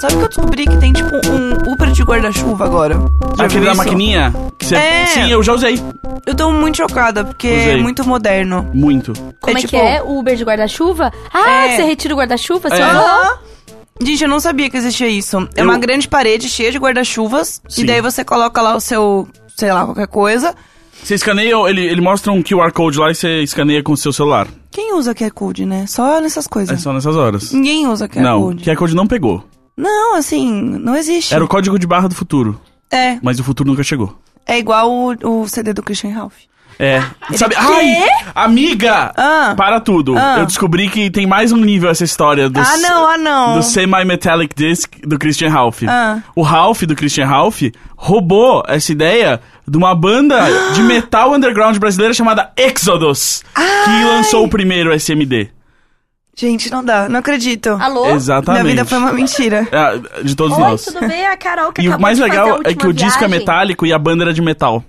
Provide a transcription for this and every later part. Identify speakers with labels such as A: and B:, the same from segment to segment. A: Sabe que eu descobri que tem tipo um Uber de guarda-chuva agora? Já viu
B: Aquele é da
A: isso?
B: maquininha? que você-
A: É.
B: Sim, eu já usei.
A: Eu tô muito chocada, porque
B: Usei.
A: é muito moderno.
B: Muito.
C: Como é,
A: tipo-
C: que é? O Uber de guarda-chuva? Ah,
A: É.
C: que você retira o guarda-chuva? Você
B: É.
C: usa?
A: Aham. Gente, eu não sabia que existia isso. É
B: Eu-
A: uma grande parede cheia de guarda-chuvas.
B: Sim.
A: E daí você coloca lá o seu, sei lá, qualquer coisa.
B: Você escaneia, ele, ele mostra um QR Code lá e você escaneia com o seu celular.
A: Quem usa QR Code, né? Só nessas
B: É
A: coisas.
B: só nessas horas.
A: Ninguém usa QR
B: não,
A: Hum, Code.
B: QR Code não pegou.
A: Não, assim, não existe.
B: Era o código de barra do futuro,
A: É,
B: mas o futuro nunca chegou.
A: é igual o, o CD do Christian Ralph.
B: É. Sabe? Ai! Amiga!
A: Ah.
B: Para tudo.
A: Ah.
B: Eu descobri que tem mais um nível essa história dos.
A: ah, não, ah, não.
B: Do Semi-Metallic Disc do Christian Ralph.
A: Ah.
B: O Ralph do Christian Ralph roubou essa ideia de uma banda de metal underground brasileira chamada Exodus, que lançou o primeiro SMD.
A: Gente, não dá, não acredito.
C: Alô?
B: Exatamente.
A: Minha vida foi uma mentira.
B: É, de todos
C: Oi,
B: nós.
C: tudo bem? É A Carol que
B: E o
C: acabou
B: mais
C: de fazer
B: legal
C: a
B: é que
C: última
B: o disco é
C: viagem.
B: metálico e a banda era de metal.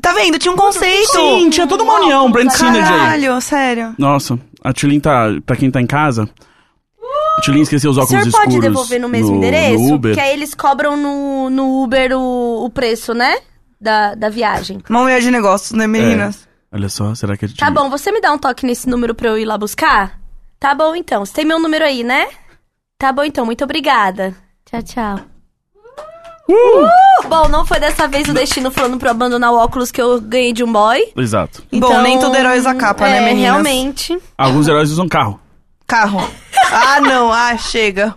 A: Tá vendo? Tinha um conceito.
B: Sim,
C: é
B: tinha toda uma união, Brand Synergy aí.
A: Caralho, sério.
B: Nossa, a Tulin tá. Pra quem tá em casa. A Tulin esqueceu os
C: O
B: óculos
C: senhor
B: escuros.
C: pode devolver no mesmo endereço?
B: no Uber.
C: Que aí eles cobram no, no Uber o, o preço, né? Da, da viagem.
A: Uma mulher de negócios, né, meninas?
B: Olha só, será que é a gente.
C: Tá bom, você me dá um toque nesse número pra eu ir lá buscar? Tá bom então. Você tem meu número aí, né? Tá bom então, muito obrigada. Tchau, tchau. Uh! Bom, não foi dessa vez o destino falando pra eu abandonar o óculos que eu ganhei de um boy.
B: Exato.
A: Bom, nem todo herói usa capa, né,
C: Então, é,
A: meninas?
C: Realmente.
B: Alguns heróis usam carro.
A: Carro. Ah, não. Ah, chega.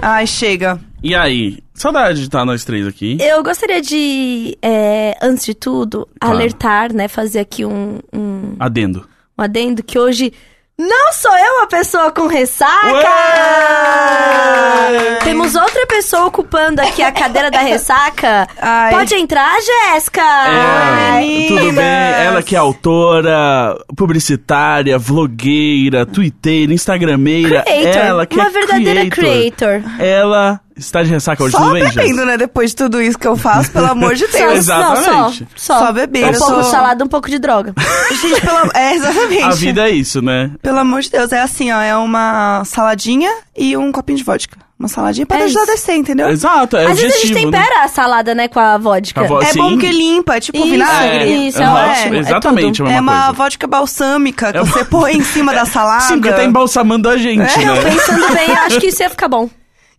A: Ai, chega.
B: E aí? Saudade de estar nós três aqui.
C: Eu gostaria de, é, antes de tudo,
B: Claro.
C: alertar, né? Fazer aqui um- um
B: Adendo.
C: um adendo que hoje não sou eu a pessoa com ressaca!
B: Ué!
C: Temos outra pessoa ocupando aqui a cadeira da ressaca.
A: Ai.
C: Pode entrar, Jéssica!
B: É,
A: Ai,
B: tudo bem.
A: meninas.
B: Ela que é autora, publicitária, vlogueira, twitteira, instagrameira.
C: Creator,
B: Ela que
C: uma
B: é
C: verdadeira creator.
B: Ela está de ressaca hoje,
A: Só
B: tudo bem,
A: bebendo,
B: Jéssica?
A: né? Depois de tudo isso que eu faço, pelo amor de
C: Só-
A: Deus.
C: Não,
B: Exatamente.
C: só, só.
A: Só beber,
C: Um
B: eu
C: pouco
B: sou-
C: de salada, um pouco de droga.
A: Gente, pelo... É, exatamente.
B: A vida é isso, né?
A: Pelo amor de Deus, é assim, ó. É uma saladinha e um copinho de vodka. Uma saladinha pra
C: É
A: ajudar a
C: isso.
A: descer, entendeu?
B: Exato, é
C: Às vezes a gente
B: objetivo. né?
C: tempera a salada, né, com a vodka.
B: Com a vodka.
A: É
B: Sim.
A: bom que limpa, é tipo
C: Isso,
A: vinagre.
C: isso, é
B: aham,
C: ótimo, é
B: Exatamente,
A: É
B: a mesma
A: uma
B: coisa.
A: vodka balsâmica que
B: É
A: você põe em cima da salada.
B: Sim, porque tá embalsamando a gente,
C: É,
B: né?
C: Pensando bem, acho que isso ia ficar bom.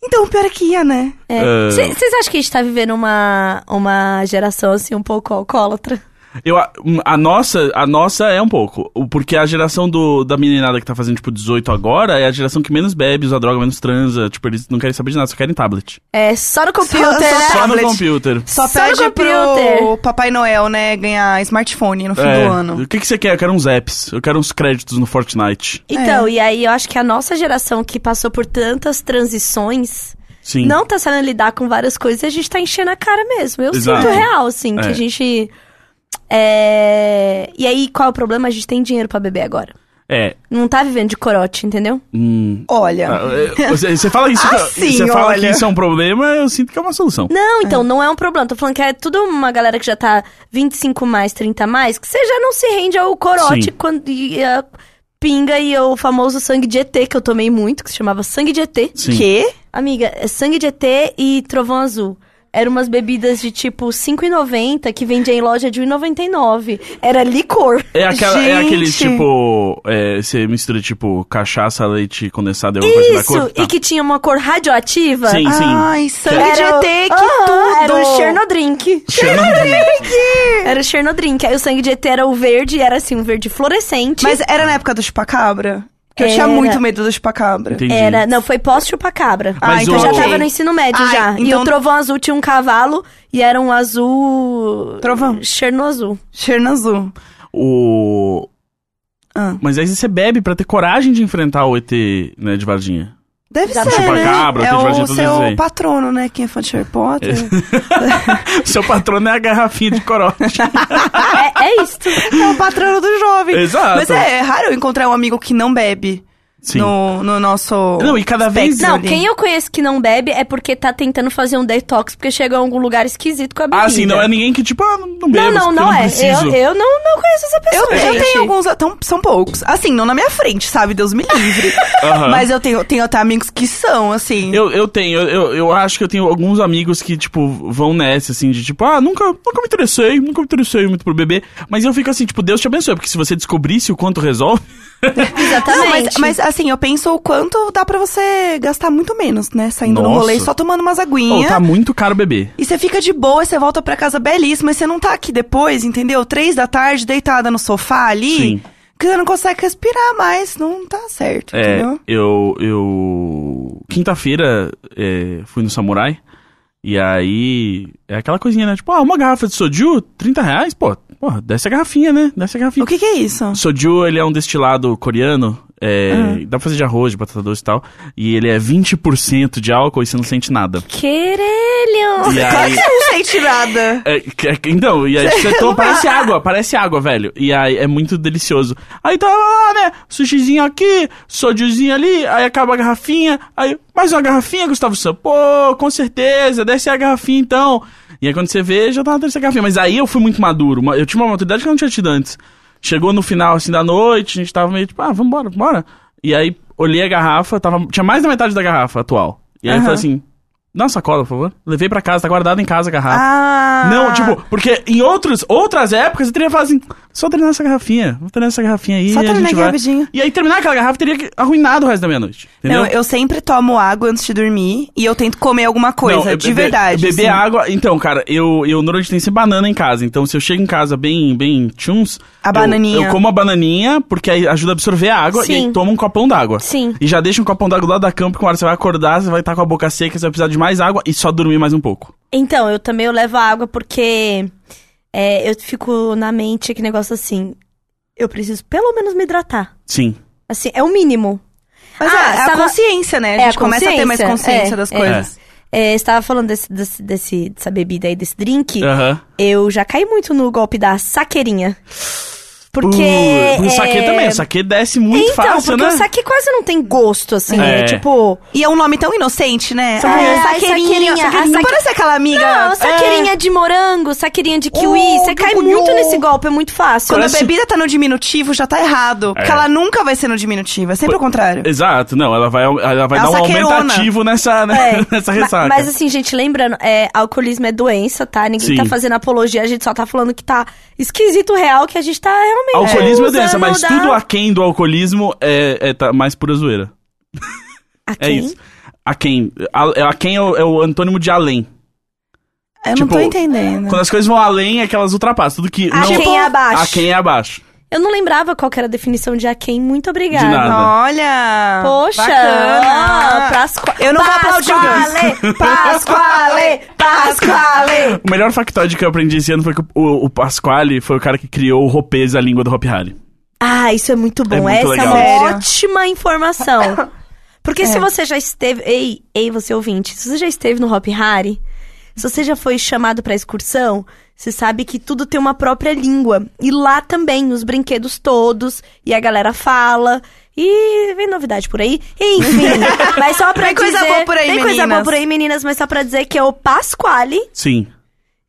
A: Então, pior é que ia, né?
B: É.
C: Vocês acham que a gente tá vivendo uma, uma geração, assim, um pouco alcoólatra?
B: Eu, a, a nossa, a nossa é um pouco. O- Porque a geração do, da meninada que tá fazendo, tipo, 18 agora é a geração que menos bebe, usa droga, menos transa. Tipo, eles não querem saber de nada, só querem tablet.
C: É só no computer,
A: só-
C: né?
B: Só no
A: Tablet.
B: computer.
A: Só,
C: Só
A: pede
C: no
A: pro
C: computer.
A: Papai Noel, né, ganhar smartphone no fim
B: É,
A: do ano.
B: O que, que você quer? Eu quero uns apps. Eu quero uns créditos no Fortnite.
C: Então, e aí eu acho que a nossa geração que passou por tantas transições
B: Sim.
C: não tá sabendo lidar com várias coisas e a gente tá enchendo a cara mesmo. Eu
B: Exato.
C: sinto real, assim, que
B: É.
C: a gente. é, E aí, qual é o problema? A gente tem dinheiro pra beber agora.
B: É.
C: Não tá vivendo de corote, entendeu?
B: hum,
A: Olha,
B: ah, é, você, você fala, isso, que-
A: Assim,
B: você fala que
A: olha.
B: isso é um problema, eu sinto que é uma solução.
C: Não, então, não é um problema. Tô falando que é tudo uma galera que já tá 25 mais, 30 mais, que você já não se rende ao corote
B: Sim.
C: quando. E a pinga e o famoso sangue de ET, que eu tomei muito, que se chamava sangue de ET.
B: Sim.
A: que?
C: Amiga, é sangue de ET e trovão azul. Eram umas bebidas de tipo 5,90 que vendia em loja de 1,99. Era licor.
B: É, aquela, é aquele
A: Gente.
B: tipo. É, você mistura tipo cachaça, leite condensado e alguma coisa da
C: Isso!
B: cor. Tá.
C: E que tinha uma cor radioativa.
B: Sim, sim.
A: Ai, sangue
C: Era,
A: de ET, que
C: Aham,
A: tudo!
C: Ah, Era o Chernodrink.
B: Chernodrink.
C: Era o Chernodrink. Aí o sangue de ET era o verde, era assim, um verde fluorescente.
A: Mas era na época do chupacabra? Que eu tinha
C: Era.
A: muito medo do chupacabra.
B: Entendi.
C: era, não, foi pós-chupacabra.
A: Ah,
B: Mas
C: então
B: o-
C: já
A: ok.
C: tava no ensino médio
A: Ai,
C: já. E
A: então-
C: o trovão azul tinha um cavalo e era um azul.
A: Trovão.
C: Cherno azul.
A: Cherno azul.
B: O.
A: Ah.
B: Mas aí você bebe pra ter coragem de enfrentar o ET, né, de Varginha.
A: Deve
C: Exato.
A: ser, né?
B: Chupacabra,
A: é
B: que a gente vai dizer
A: o
B: tudo isso aí. É.
A: seu patrono, né? Quem é fã de Harry Potter.
B: Seu patrono é a garrafinha de corote.
C: é, é isso.
A: é o patrono do jovem.
B: Exato.
A: Mas é, é raro eu encontrar um amigo que não bebe.
B: Sim.
A: No, no nosso.
B: Não, e cada vez-
A: espectro
C: Não,
A: ali.
C: quem eu conheço que não bebe é porque tá tentando fazer um detox, porque chegou a algum lugar esquisito com a bebida.
B: Ah, sim, não é ninguém que, tipo, ah, não bebo.
C: Não, não,
B: porque
C: não
B: eu
C: é.
B: preciso.
C: Eu, eu não, não conheço essa pessoa.
A: Eu, eu
C: é gente.
A: tenho alguns, tão- são poucos. Assim, não na minha frente, sabe? Deus me livre.
B: Aham.
A: Mas eu tenho, tenho até amigos que são, assim.
B: Eu, eu tenho, eu, eu acho que eu tenho alguns amigos que, tipo, vão nessa, assim, de tipo, ah, nunca, nunca me interessei, nunca me interessei muito por bebê. Mas eu fico assim, tipo, Deus te abençoe, porque se você descobrisse o quanto resolve.
A: Não, mas,
C: Exatamente.
A: mas, assim, eu penso o quanto dá pra você gastar muito menos, né? Saindo no
B: Nossa.
A: rolê, só tomando umas
B: Ou
A: aguinhas.
B: tá muito caro bebê.
A: E você fica de boa, você volta pra casa belíssima, e você não tá aqui depois, entendeu? Três da tarde, deitada no sofá ali,
B: Sim.
A: que você não consegue respirar mais, não tá certo,
B: É,
A: entendeu?
B: eu. eu... Quinta-feira é, fui no Samurai. E aí. É aquela coisinha, né? Tipo, ah, uma garrafa de soju, 30 reais? Pô, porra, desce a garrafinha, né? Desce a garrafinha.
A: O que que é isso?
B: Soju, ele é um destilado coreano. é, Dá pra fazer de arroz, de batata doce e tal. E ele é 20% de álcool e você não sente nada.
C: Querelho!
B: E é-
A: Claro
B: aí.
A: que você não sente nada.
B: É, que- é, que- então, e aí você toma, parece água, parece água, velho. E aí é muito delicioso. Aí tá lá, né? Sushizinho aqui, sojuzinho ali, aí acaba a garrafinha, aí mais uma garrafinha, Gustavo Sam. Pô, com certeza, desce a garrafinha então. E aí quando você vê, já tava desce a garrafinha. Mas aí eu fui muito maduro, uma- eu tinha uma maturidade que eu não tinha tido antes. Chegou no final, assim, da noite, a gente tava meio tipo, ah, vambora, vambora. E aí olhei a garrafa, tava, tinha mais da metade da garrafa atual. E aí eu
A: Aham.
B: falei assim, dá uma sacola, por favor. Levei pra casa, tá guardada em casa a garrafa.
A: Ah.
B: Não, tipo, porque em outros, outras épocas eu teria falado assim, só terminar essa garrafinha, vou terminar essa garrafinha aí,
A: Só
B: a
A: terminar
B: gente
A: aqui
B: vai.
A: rapidinho.
B: E aí terminar aquela garrafa teria que arruinado o resto da minha noite, entendeu?
A: Não, é eu sempre tomo água antes de dormir e eu tento comer alguma coisa,
B: Não, é
A: de
B: beber-
A: verdade.
B: Beber
A: assim.
B: água. Então, cara, eu, eu normalmente tenho sempre banana em casa. Então, se eu chego em casa bem, bem tchuns.
A: A
B: eu-
A: bananinha.
B: Eu como a bananinha, porque aí ajuda a absorver a água
C: Sim.
B: e aí toma um copão d'água.
C: Sim.
B: E já deixa um copão d'água do lado da cama, porque uma hora você vai acordar, você vai estar com a boca seca, você vai precisar de mais água e só dormir mais um pouco.
C: Então, eu também eu levo água porque é, eu fico na mente que negócio assim. Eu preciso pelo menos me hidratar.
B: Sim.
C: Assim, é o mínimo.
A: Mas é,
C: Ah,
A: é a
C: estava-
A: consciência, né? A
C: É,
A: gente começa a ter mais
C: consciência,
A: consciência
C: é,
A: das
C: é.
A: coisas.
C: É, você tava falando desse, desse- desse- dessa bebida aí, desse drink.
B: Aham.
C: Eu já caí muito no golpe da saqueirinha. Porque.
B: O saque
C: é,
B: também, o saque desce muito
C: então,
B: fácil,
C: porque
B: né?
C: o saque quase não tem gosto, assim. É,
B: É.
C: tipo.
A: E é um nome tão inocente, né?
C: Sabe-
A: Ah,
C: ai, saqueirinha,
A: saqueirinha.
C: a
A: Não
C: saque-
A: parece aquela amiga.
C: Não, saqueirinha de morango, saqueirinha de kiwi.
A: Oh,
C: você cai
A: que
C: muito
A: bom.
C: nesse golpe, é muito fácil.
A: Quando
B: Parece-
A: a bebida tá no diminutivo, já tá errado. Porque ela nunca vai ser no diminutivo, é sempre o contrário.
B: Exato, não, ela vai, ela vai
A: É
B: dar
A: uma
B: um
A: saqueirona.
B: aumentativo nessa, né,
C: É,
B: nessa
C: ma-
B: ressaca.
C: Mas assim, gente, lembrando, é, alcoolismo é doença, tá? Ninguém
B: Sim.
C: tá fazendo apologia, a gente só tá falando que tá esquisito real, que a gente tá realmente.
B: alcoolismo é,
C: usando
B: doença, mas
C: da-
B: tudo aquém do alcoolismo é, é tá mais pura zoeira.
C: A
B: É
C: quem?
B: isso. Aquém. A- Aquém é o, é o antônimo de além.
A: Eu
B: Tipo,
A: não tô entendendo.
B: Quando as coisas vão além, é que elas ultrapassam. Tudo que.
C: A
B: não,
C: quem é abaixo.
B: A quem é abaixo.
C: Eu não lembrava qual que era a definição de a quem. Muito obrigada.
B: De é nada.
A: Olha!
C: Poxa!
A: Bacana.
C: ó, Pasqua...
A: Eu não vou aplaudir o
C: Pasquale, Pasquale, Pasquale.
B: O melhor factoide que eu aprendi esse ano foi que o, o Pasquale foi o cara que criou o ropês, a língua do Hop Harry.
C: Ah, isso é muito bom.
B: É muito
C: Essa
B: legal.
C: é uma
A: Sério?
C: ótima informação. Porque se
A: É.
C: você já esteve. Ei, ei, você ouvinte, se você já esteve no Hop Harry, se você já foi chamado pra excursão, você sabe que tudo tem uma própria língua. E lá também, os brinquedos todos, e a galera fala. E vem novidade por aí. Enfim, mas só pra
A: Tem coisa
C: dizer-
A: boa por aí,
C: Tem coisa boa
A: meninas.
C: por aí, meninas, mas só pra dizer que é o Pasquale.
B: Sim.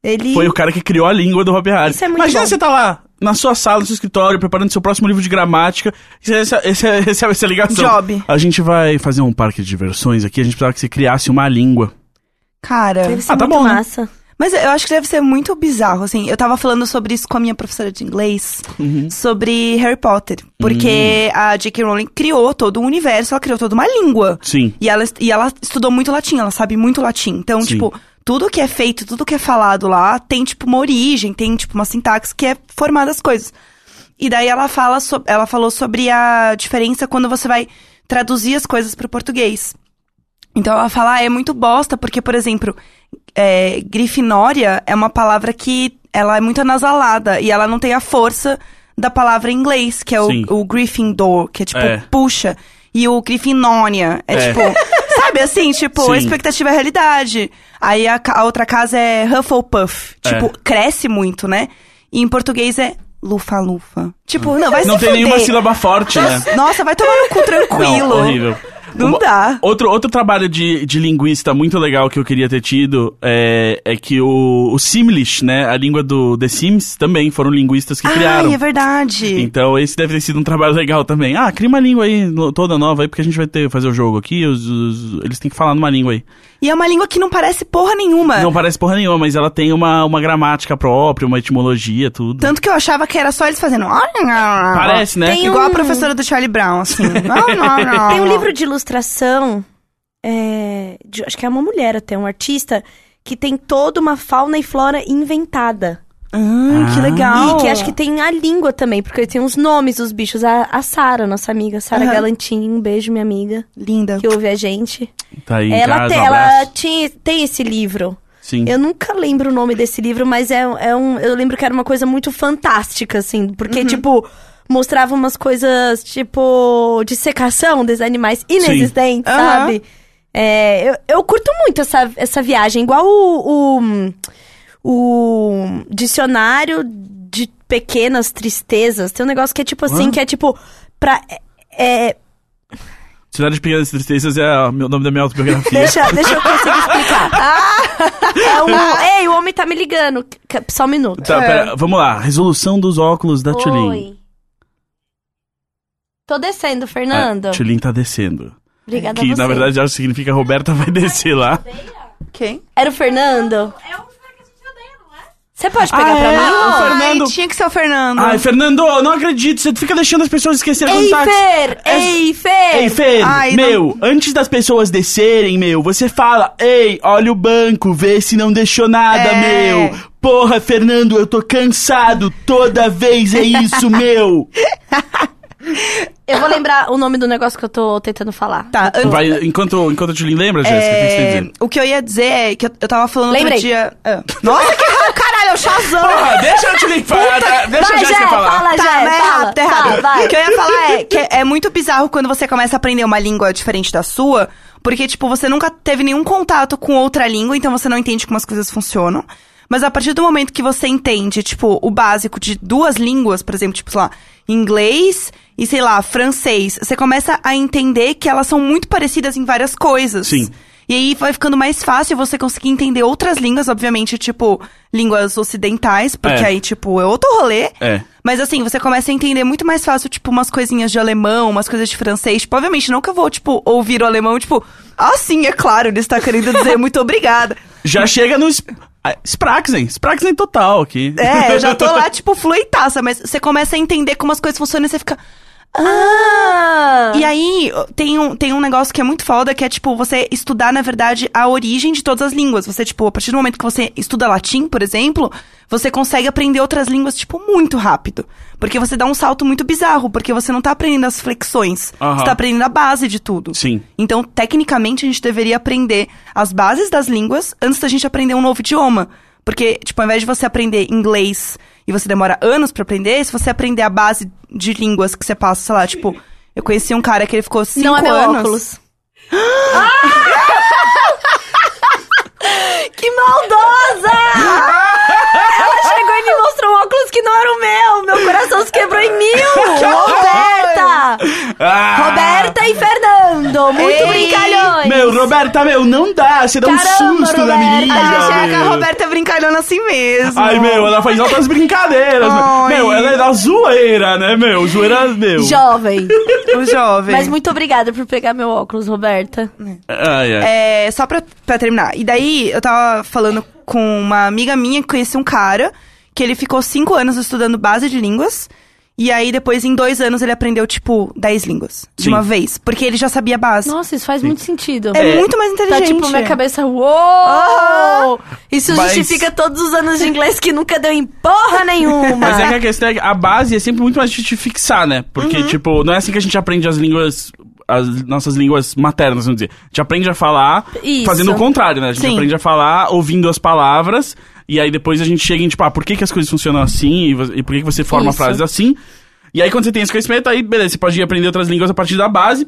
C: Ele.
B: Foi o cara que criou a língua do Hop Harry.
C: Isso é muito
B: Imagina
C: bom.
B: você tá lá, na sua sala, no seu escritório, preparando seu próximo livro de gramática, e você rece- rece- recebe essa é ligação.
A: Job.
B: A gente vai fazer um parque de diversões aqui, a gente precisava que você criasse uma língua.
A: Cara.
C: Deve ser
B: Ah, tá
C: muito
B: bom, né?
C: massa.
A: Mas eu acho que deve ser muito bizarro, assim. Eu tava falando sobre isso com a minha professora de inglês,
B: Uhum.
A: sobre Harry Potter. Porque a J.K. Rowling criou todo um universo, ela criou toda uma língua.
B: Sim.
A: E ela, e ela estudou muito latim, ela sabe muito latim. Então,
B: Sim.
A: tipo, tudo que é feito, tudo que é falado lá, tem, tipo, uma origem, tem, tipo, uma sintaxe que é formada as coisas. E daí ela fala so- ela falou sobre a diferença quando você vai traduzir as coisas pro português. Então ela fala, ah, é muito bosta, porque, por exemplo, é, grifinória é uma palavra que ela é muito anasalada e ela não tem a força da palavra em inglês, que é o,
B: Sim.
A: o Gryffindor, que é tipo,
B: É.
A: puxa. E o Grifinónia é,
B: É.
A: tipo, sabe assim, tipo,
B: Sim.
A: a expectativa é a realidade. Aí a, ca- a outra casa é Hufflepuff, tipo,
B: É.
A: cresce muito, né? E em português é lufa-lufa. Tipo, não, vai
B: Ah. Não
A: se
B: tem
A: fuder.
B: nenhuma sílaba forte, né?
A: Nossa, vai tomar no cu tranquilo.
B: Não, horrível.
A: Não
B: Uma-
A: dá.
B: Outro, outro trabalho de, de linguista muito legal que eu queria ter tido é, é que o, o Simlish, né? A língua do The Sims também foram linguistas que criaram.
A: Ai, é verdade.
B: Então esse deve ter sido um trabalho legal também. Ah, cria uma língua aí no- toda nova aí, porque a gente vai ter fazer o jogo aqui, os- os- eles têm que falar numa língua aí.
A: E é uma língua que não parece porra nenhuma.
C: É.
B: Não parece porra nenhuma, mas ela tem uma, uma gramática própria, uma etimologia, tudo.
C: Então,
A: Tanto que eu achava que era só eles fazendo.
B: Parece, né?
C: Tem
A: Igual a
C: um-
A: professora do Charlie Brown, assim.
C: Tem
A: Ah.
C: um livro de ilustração, é, de- acho que é uma mulher até, um artista, que tem toda uma fauna e flora inventada.
A: Ah, que legal.
C: E que acho que tem a língua também, porque tem os nomes dos bichos. A, a Sara, nossa amiga, Sara
A: Aham.
C: Galantin, um beijo, minha amiga,
A: Linda.
C: que ouve a gente.
B: Tá aí em
C: Ela,
B: casa,
C: tem,
B: um
C: ela
B: abraço.
C: tinha, tem esse livro.
B: Sim.
C: Eu nunca lembro o nome desse livro, mas é, é um. Eu lembro que era uma coisa muito fantástica, assim. Porque, tipo, mostrava umas coisas, tipo, de secação dos animais inexistentes,
A: Aham.
C: sabe? É, eu, eu curto muito essa, essa viagem, igual o, o, o dicionário de pequenas tristezas. Tem um negócio que é tipo assim,
B: Hã?
C: que é tipo. Pra, é,
B: Cidade de Pequenas Tristezas é o meu- nome da minha autobiografia.
C: Deixa, deixa eu conseguir explicar. É um- Ei, o homem tá me ligando. C- Só um minuto.
B: Tá, pera, vamos lá. Resolução dos óculos da Tulin.
C: Oi. Tô descendo, Fernando.
B: Tulin tá descendo.
C: Obrigada a
B: que
C: você.
B: na verdade já significa que a Roberta vai descer lá.
A: Quem?
C: Era o Fernando?
D: É um lugar que a gente odeia, não é?
C: Você pode pegar
B: Ah,
C: pra
B: é?
C: mim?
B: O Fernando-
A: Ai, tinha que ser o Fernando.
B: Ai, Fernando, eu não acredito. Você fica deixando as pessoas esquecerem
C: Ei,
B: contatos.
C: Fer! Ei, Fer!
B: Ei, Fer,
A: É, Ai,
B: meu, antes das pessoas descerem, meu, você fala, ei, olha o banco, vê se não deixou nada,
A: É.
B: meu. Porra, Fernando, eu tô cansado, toda vez é isso, meu.
C: Eu vou lembrar o nome do negócio que eu tô tentando falar.
A: Tá, antes-
B: Vai, enquanto, enquanto eu te lembra, Jéssica, o que que você
A: é,
B: diz?
A: o que eu ia dizer é que eu, eu tava falando
C: Lembrei.
A: outro dia. Ah. Nossa, que errado, caralho, é o Shazam!
B: Porra, deixa eu te limpar, né? deixa a
C: vai,
B: Jéssica
C: Jé,
B: falar.
C: fala,
A: Tá,
C: Jé,
A: mas é
C: fala.
A: errado, tá errado.
C: Fala, vai.
A: O que eu ia falar é que é muito bizarro quando você começa a aprender uma língua diferente da sua, porque, tipo, você nunca teve nenhum contato com outra língua, então você não entende como as coisas funcionam. Mas a partir do momento que você entende, tipo, o básico de duas línguas, por exemplo, tipo, sei lá, inglês e, sei lá, francês, você começa a entender que elas são muito parecidas em várias coisas.
B: Sim.
A: E aí vai ficando mais fácil você conseguir entender outras línguas, obviamente, tipo, línguas ocidentais, porque
B: É.
A: aí, tipo, é outro rolê.
B: É.
A: Mas assim, você começa a entender muito mais fácil, tipo, umas coisinhas de alemão, umas coisas de francês. Tipo, obviamente, não que eu vou, tipo, ouvir o alemão, tipo, ah, sim, é claro, ele está querendo dizer muito obrigada.
B: Já chega no es- ah, Spraxen, Spraxen total aqui.
A: É, eu já tô lá, tipo, fluentaça, mas você começa a entender como as coisas funcionam e você fica.
C: Ah.
A: E aí, tem um, tem um negócio que é muito foda, que é, tipo, você estudar, na verdade, a origem de todas as línguas. Você, tipo, a partir do momento que você estuda latim, por exemplo, você consegue aprender outras línguas, tipo, muito rápido. Porque você dá um salto muito bizarro, porque você não tá aprendendo as flexões.
B: Aham.
A: Você tá aprendendo a base de tudo.
B: Sim.
A: Então, tecnicamente, a gente deveria aprender as bases das línguas antes da gente aprender um novo idioma. Porque, tipo, ao invés de você aprender inglês e você demora anos pra aprender, se você aprender a base de línguas que você passa, sei lá, tipo, eu conheci um cara que ele ficou cinco
C: Não é meu
A: anos.
C: óculos. que maldosa! Ela chegou e me mostrou um óculos que não era o meu. Meu coração se quebrou em mil. Roberta!
B: Ah!
C: Roberta e Fernando, muito
A: Ei!
C: brincalhões.
B: Meu, Roberta, meu, não dá, você dá um
C: Caramba,
B: susto na menina.
A: Aí
C: Roberta,
A: chega a
B: meu.
A: Roberta brincalhona assim mesmo.
B: Ai, meu, ela faz altas brincadeiras. meu.
A: Ai.
B: Meu, ela é da zoeira, né, meu? Zoeira, meu.
C: Jovem.
A: O jovem.
C: Mas muito obrigada por pegar meu óculos, Roberta.
B: Ai, ai.
A: É, só pra, pra terminar. E daí, eu tava falando com uma amiga minha que conhecia um cara que ele ficou cinco anos estudando base de línguas. E aí, depois, em dois anos, ele aprendeu, tipo, dez línguas de
B: Sim.
A: uma vez. Porque ele já sabia a base.
C: Nossa, isso faz muito sentido.
A: é, muito mais
C: Tá
A: inteligente. Ah.
C: tipo, minha cabeça, uou! Isso
B: Mas-
C: justifica todos os anos de inglês que nunca deu em porra nenhuma.
B: Mas é que a questão é que a base é sempre muito mais difícil de fixar, né? Porque, tipo, não é assim que a gente aprende as línguas. As nossas línguas maternas, vamos dizer. A gente aprende a falar
C: Isso.
B: fazendo o contrário, né? A gente
A: Sim.
B: aprende a falar ouvindo as palavras. E aí depois a gente chega em, tipo, ah, por que, que as coisas funcionam assim? E, vo- e por que, que você forma
C: Isso.
B: frases assim? E aí quando você tem esse conhecimento, aí beleza, você pode ir aprender outras línguas a partir da base.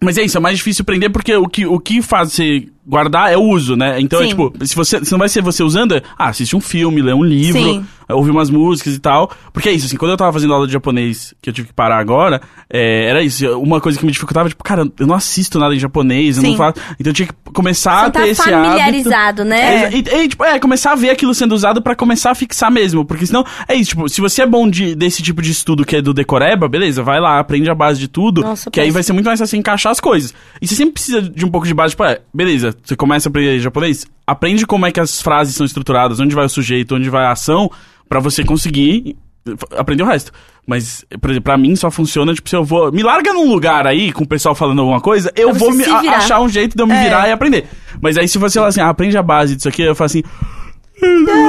B: Mas é isso, é mais difícil aprender porque o que, o que faz você guardar é o uso, né? Então, é,
A: Sim.
B: tipo, se você se não vai ser você usando, é, ah, assiste um filme, lê um livro,
A: Sim.
B: é, ouvir umas músicas e tal. Porque é isso, assim, quando eu tava fazendo aula de japonês, que eu tive que parar agora, é, era isso. Uma coisa que me dificultava, tipo, cara, eu não assisto nada em japonês, eu não
A: Sim.
B: faço. Então eu tinha que começar a
C: Você
B: ter
C: tá
B: esse hábito.
C: familiarizado, né?
B: É, e- e, tipo, é, começar a ver aquilo sendo usado pra começar a fixar mesmo. Porque senão, é isso, tipo, se você é bom de, desse tipo de estudo que é do decoreba, beleza, vai lá, aprende a base de tudo,
C: Nossa,
B: que aí
C: péssimo.
B: vai ser muito mais fácil encaixar as coisas. E você sempre precisa de um pouco de base, tipo, é, beleza, você começa a aprender japonês, aprende como é que as frases são estruturadas, onde vai o sujeito, onde vai a ação, pra você conseguir aprender o resto. Mas, por exemplo, pra mim só funciona, tipo, se eu vou... Me larga num lugar aí, com o pessoal falando alguma coisa, eu
C: Pra
B: vou
C: você
B: me
C: se
B: a-
C: virar.
B: achar um jeito de eu me
A: É.
B: virar e aprender. Mas aí se você falar assim, ah, aprende a base disso aqui, eu falo assim.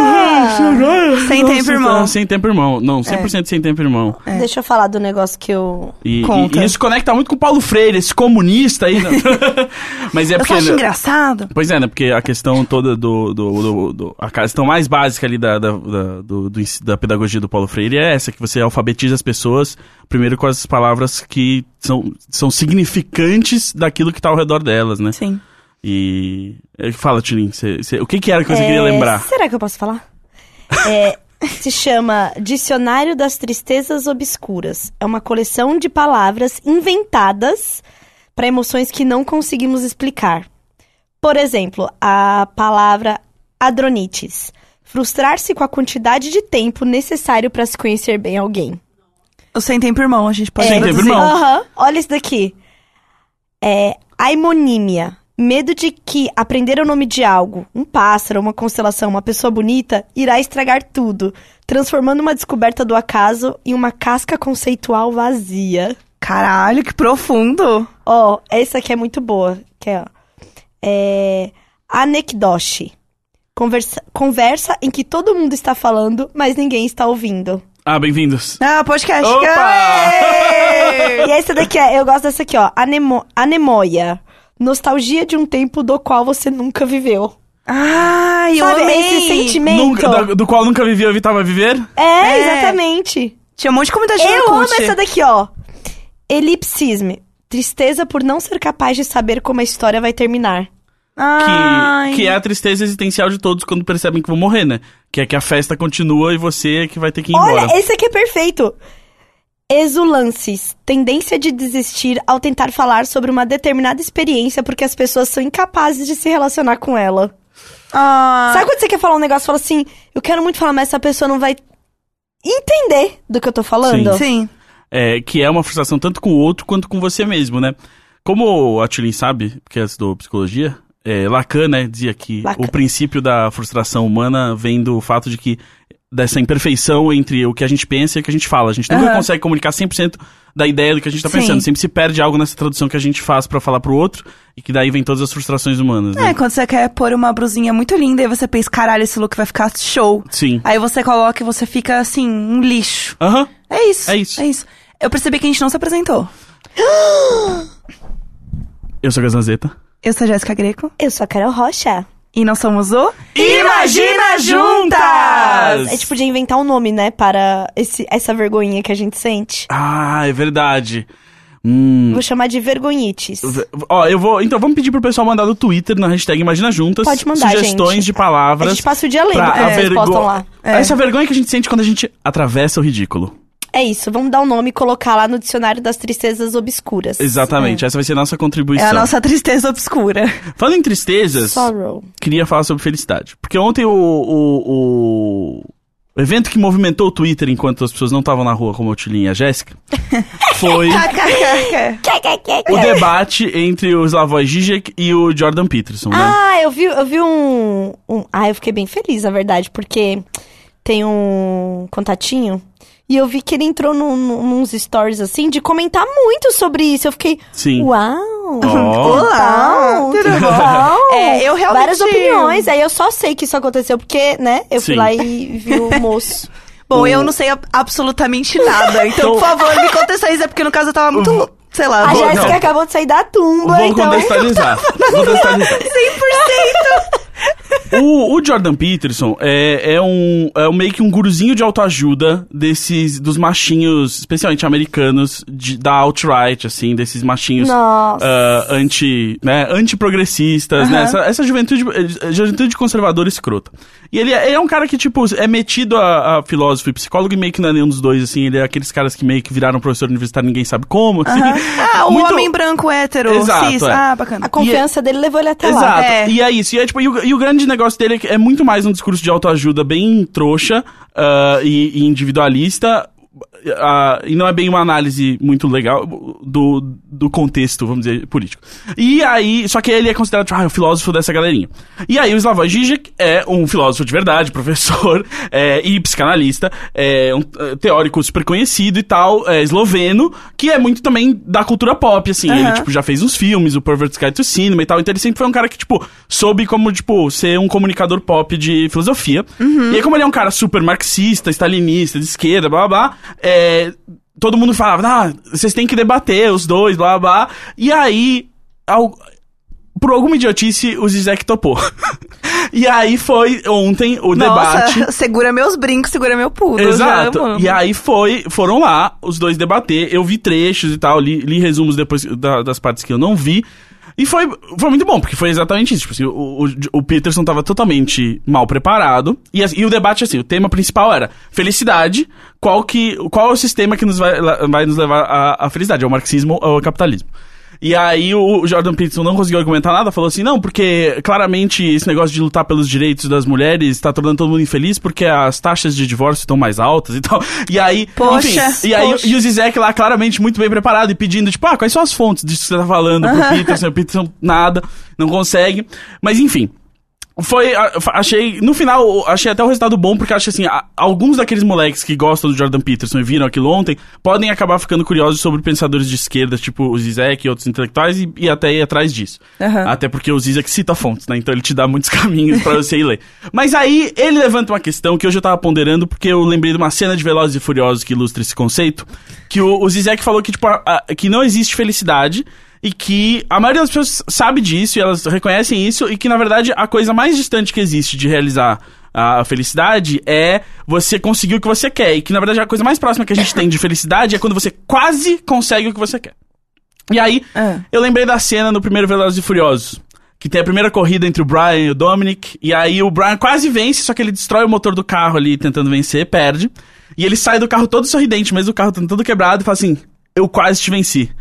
A: Sem
B: nossa,
A: tempo,
B: tá,
A: irmão. É.
B: Sem tempo, irmão. Não, 100% sem tempo, irmão.
C: Deixa eu falar do negócio que eu.
B: E, e-
A: Conta.
B: e isso conecta muito com o Paulo Freire, esse comunista aí. né? Mas é
A: Eu só
B: porque.
A: acho engraçado.
B: Pois é, né? Porque a questão toda do. do, do- do- a questão mais básica ali da, da, da, do- do ens- da pedagogia do Paulo Freire é essa, que você alfabetiza as pessoas primeiro com as palavras que são, são significantes daquilo que tá ao redor delas, né?
A: Sim.
B: E. é, Fala, Tilin, cê- cê- o que, que era que você queria
C: É,
B: lembrar?
C: Será que eu posso falar? É, se chama Dicionário das Tristezas Obscuras. É uma coleção de palavras inventadas para emoções que não conseguimos explicar. Por exemplo, a palavra adronites. Frustrar-se com a quantidade de tempo necessário para se conhecer bem alguém.
A: O sem tempo, irmão, a gente pode
B: Sem tempo,
A: traduzir.
B: irmão.
C: É, Aham, olha isso daqui. É, aimonímia. Medo de que aprender o nome de algo, um pássaro, uma constelação, uma pessoa bonita, irá estragar tudo, transformando uma descoberta do acaso em uma casca conceitual vazia.
A: Caralho, que profundo.
C: Ó, essa aqui é muito boa. Que é, ó. é anekdote. Conversa, conversa em que todo mundo está falando, mas ninguém está ouvindo.
B: Ah, bem-vindos.
A: Ah, podcast.
B: Opa!
A: Aê!
C: E essa daqui, é- eu gosto dessa aqui, ó. Anemo, anemoia. Nostalgia de um tempo do qual você nunca viveu.
A: Ai, eu
C: Sabe
A: amei.
C: esse sentimento?
B: Nunca- do, do qual nunca vivi, eu evitava viver?
C: É,
A: É.
C: exatamente.
A: Tinha um monte de comunidade no
C: Eu amo
A: Orkut.
C: essa daqui, ó. Elipsisme. Tristeza por não ser capaz de saber como a história vai terminar.
A: Ai.
B: Que, que é a tristeza existencial de todos quando percebem que vão morrer, né? Que é que a festa continua e você é que vai ter que ir embora.
C: Olha, esse aqui é perfeito. Exulances. Tendência de desistir ao tentar falar sobre uma determinada experiência porque as pessoas são incapazes de se relacionar com ela.
A: Ah,
C: Sabe quando você quer falar um negócio e fala assim, eu quero muito falar, mas essa pessoa não vai entender do que eu tô falando?
A: Sim.
B: É, que é uma frustração tanto com o outro quanto com você mesmo, né? Como a Tulin sabe, porque é do psicologia, é, Lacan, né, dizia que
C: Lacan.
B: o princípio da frustração humana vem do fato de que dessa imperfeição entre o que a gente pensa e o que a gente fala. A gente nunca
A: Aham.
B: consegue comunicar 100% da ideia do que a gente tá
A: Sim.
B: pensando. Sempre se perde algo nessa tradução que a gente faz pra falar pro outro e que daí vem todas as frustrações humanas, né?
A: É, quando você quer pôr uma brusinha muito linda e você pensa, caralho, esse look vai ficar show.
B: Sim.
A: Aí você coloca e você fica assim, um lixo.
B: Aham.
A: É isso.
B: É isso.
A: É isso. Eu percebi que a gente não se apresentou.
B: Eu sou a Gazanzeta.
A: Eu sou a Jéssica Greco
C: Eu sou a Carol Rocha.
A: e nós somos o.
B: Imagina Juntas!
C: A gente podia inventar um nome, né, para esse, essa vergonhinha que a gente sente.
B: Ah, é verdade. Hum,
C: Vou chamar de vergonhites.
B: V- Ó, eu vou. Então, vamos pedir pro pessoal mandar no Twitter, na hashtag Imagina Juntas.
C: Pode mandar,
B: Sugestões
C: gente.
B: de
C: A
B: palavras.
C: gente passa o dia lendo
B: pra
C: o que vocês
B: avergo-
C: postam lá.
A: É.
B: Essa vergonha que a gente sente quando a gente atravessa o ridículo.
C: É isso, vamos dar o nome e colocar lá no dicionário das tristezas obscuras.
B: Exatamente, essa vai ser a nossa
A: É
B: contribuição.
A: a nossa tristeza obscura.
B: Falando em tristezas,
C: Sorrow.
B: queria falar sobre felicidade. Porque ontem o, o, o- o evento que movimentou o Twitter enquanto as pessoas não estavam na rua, como o Tilin e a Jéssica, foi o debate entre o Slavoj Žižek e o Jordan Peterson, né?
C: Ah, eu vi, eu vi um, um- Ah, eu fiquei bem feliz, na verdade, porque tem um contatinho. E eu vi que ele entrou num, num- nos stories, assim, de comentar muito sobre isso. Eu fiquei,
B: Sim.
C: uau!
B: Hum. Ó.
A: Olá,
C: Então,
A: tudo
C: então,
A: bom? Ah, É, eu realmente-
C: Várias opiniões. Aí eu só sei que isso aconteceu porque, né, eu fui
B: Sim.
C: lá e vi o moço.
A: Bom, eu não sei ab- absolutamente nada. Então, por favor, me conta essa contextualiza, porque no caso eu tava
B: Uhum.
A: muito. Sei lá.
C: A
B: Vou-
C: Jéssica
B: não.
C: acabou de sair da tumba,
B: Vou
C: então.
B: contextualizar. Vou contextualizar.
A: 100%!
B: O, o Jordan Peterson é, é, um, é um- meio que um guruzinho de autoajuda desses, dos machinhos, especialmente americanos, de- da alt-right, assim, desses machinhos
C: Nossa.
B: ah, anti, né, antiprogressistas, né? Essa, essa juventude, eh, juventude conservadora escrota. E ele é, ele é um cara que, tipo, é metido a, a filósofo e psicólogo e meio que não é nenhum dos dois, assim. Ele é aqueles caras que meio que viraram professor universitário ninguém sabe como, assim.
A: Ah, o
B: Muito-
A: homem branco hétero,
B: Exato,
A: cis.
B: é.
A: Ah,
C: A
A: bacana.
C: confiança dele levou ele até lá.
B: Exato.
A: É.
B: E é isso. E, é, tipo, e, o, e o grande negócio dele é, que é muito mais um discurso de autoajuda bem trouxa ah, e, e individualista. ah, e não é bem uma análise muito legal do, do contexto, vamos dizer, político. E aí, só que ele é considerado tipo, ah, o filósofo dessa galerinha. E aí, o Slavoj Žižek é um filósofo de verdade, professor é, e psicanalista, é um é, teórico super conhecido e tal, é, esloveno, que é muito também da cultura pop, assim. Ele,
A: Aham.
B: tipo, já fez uns filmes, o Pervert's Guide to Cinema e tal. Então ele sempre foi um cara que, tipo, soube como, tipo, ser um comunicador pop de filosofia.
A: Uhum.
B: E aí, como ele é um cara super marxista, stalinista, de esquerda, blá blá, blá é, todo mundo falava, ah, vocês têm que debater os dois, blá blá. blá." E aí, ao- por alguma idiotice, o Zizek topou. e aí foi ontem o debate.
A: Nossa, segura meus brincos, segura meu pulo.
B: Exato.
A: Já amo.
B: E aí foi, foram lá os dois debater. Eu vi trechos e tal, li, li resumos depois da- das partes que eu não vi. E foi, foi muito bom, porque foi exatamente isso. Tipo assim, o, o, o Peterson tava totalmente mal preparado. E, as- e o debate, assim, o tema principal era felicidade. Qual, que, qual é o sistema que nos vai, vai nos levar à, à felicidade? É o marxismo ou é o capitalismo? E aí o Jordan Peterson não conseguiu argumentar nada, falou assim, não, porque claramente esse negócio de lutar pelos direitos das mulheres tá tornando todo mundo infeliz porque as taxas de divórcio estão mais altas e tal. E aí,
A: Poxa,
B: enfim, e aí
A: poxa.
B: e o Zizek lá claramente muito bem preparado e pedindo, tipo, ah, quais são as fontes disso que você tá falando pro Peterson, o Peterson nada, não consegue. Mas enfim, foi, a- fa- achei, no final, achei até o resultado bom, porque acho assim, a- alguns daqueles moleques que gostam do Jordan Peterson e viram aquilo ontem, podem acabar ficando curiosos sobre pensadores de esquerda, tipo o Zizek e outros intelectuais, e, e até ir atrás disso.
A: Aham.
B: Até porque o Zizek cita fontes, né? Então ele te dá muitos caminhos pra você ir ler. Mas aí, ele levanta uma questão que hoje eu tava ponderando, porque eu lembrei de uma cena de Velozes e Furiosos que ilustra esse conceito, que o, o Zizek falou que, tipo, a- a- que não existe felicidade, e que a maioria das pessoas sabe disso e elas reconhecem isso e que na verdade a coisa mais distante que existe de realizar a felicidade é você conseguir o que você quer e que na verdade a coisa mais próxima que a gente tem de felicidade é quando você quase consegue o que você quer. E aí,
A: Ah.
B: eu lembrei da cena no primeiro Velozes e Furiosos. Que tem a primeira corrida entre o Brian e o Dominic. E aí o Brian quase vence, só que ele destrói o motor do carro ali tentando vencer, perde. E ele sai do carro todo sorridente, mesmo o carro tendo todo quebrado, e fala assim: Eu quase te venci.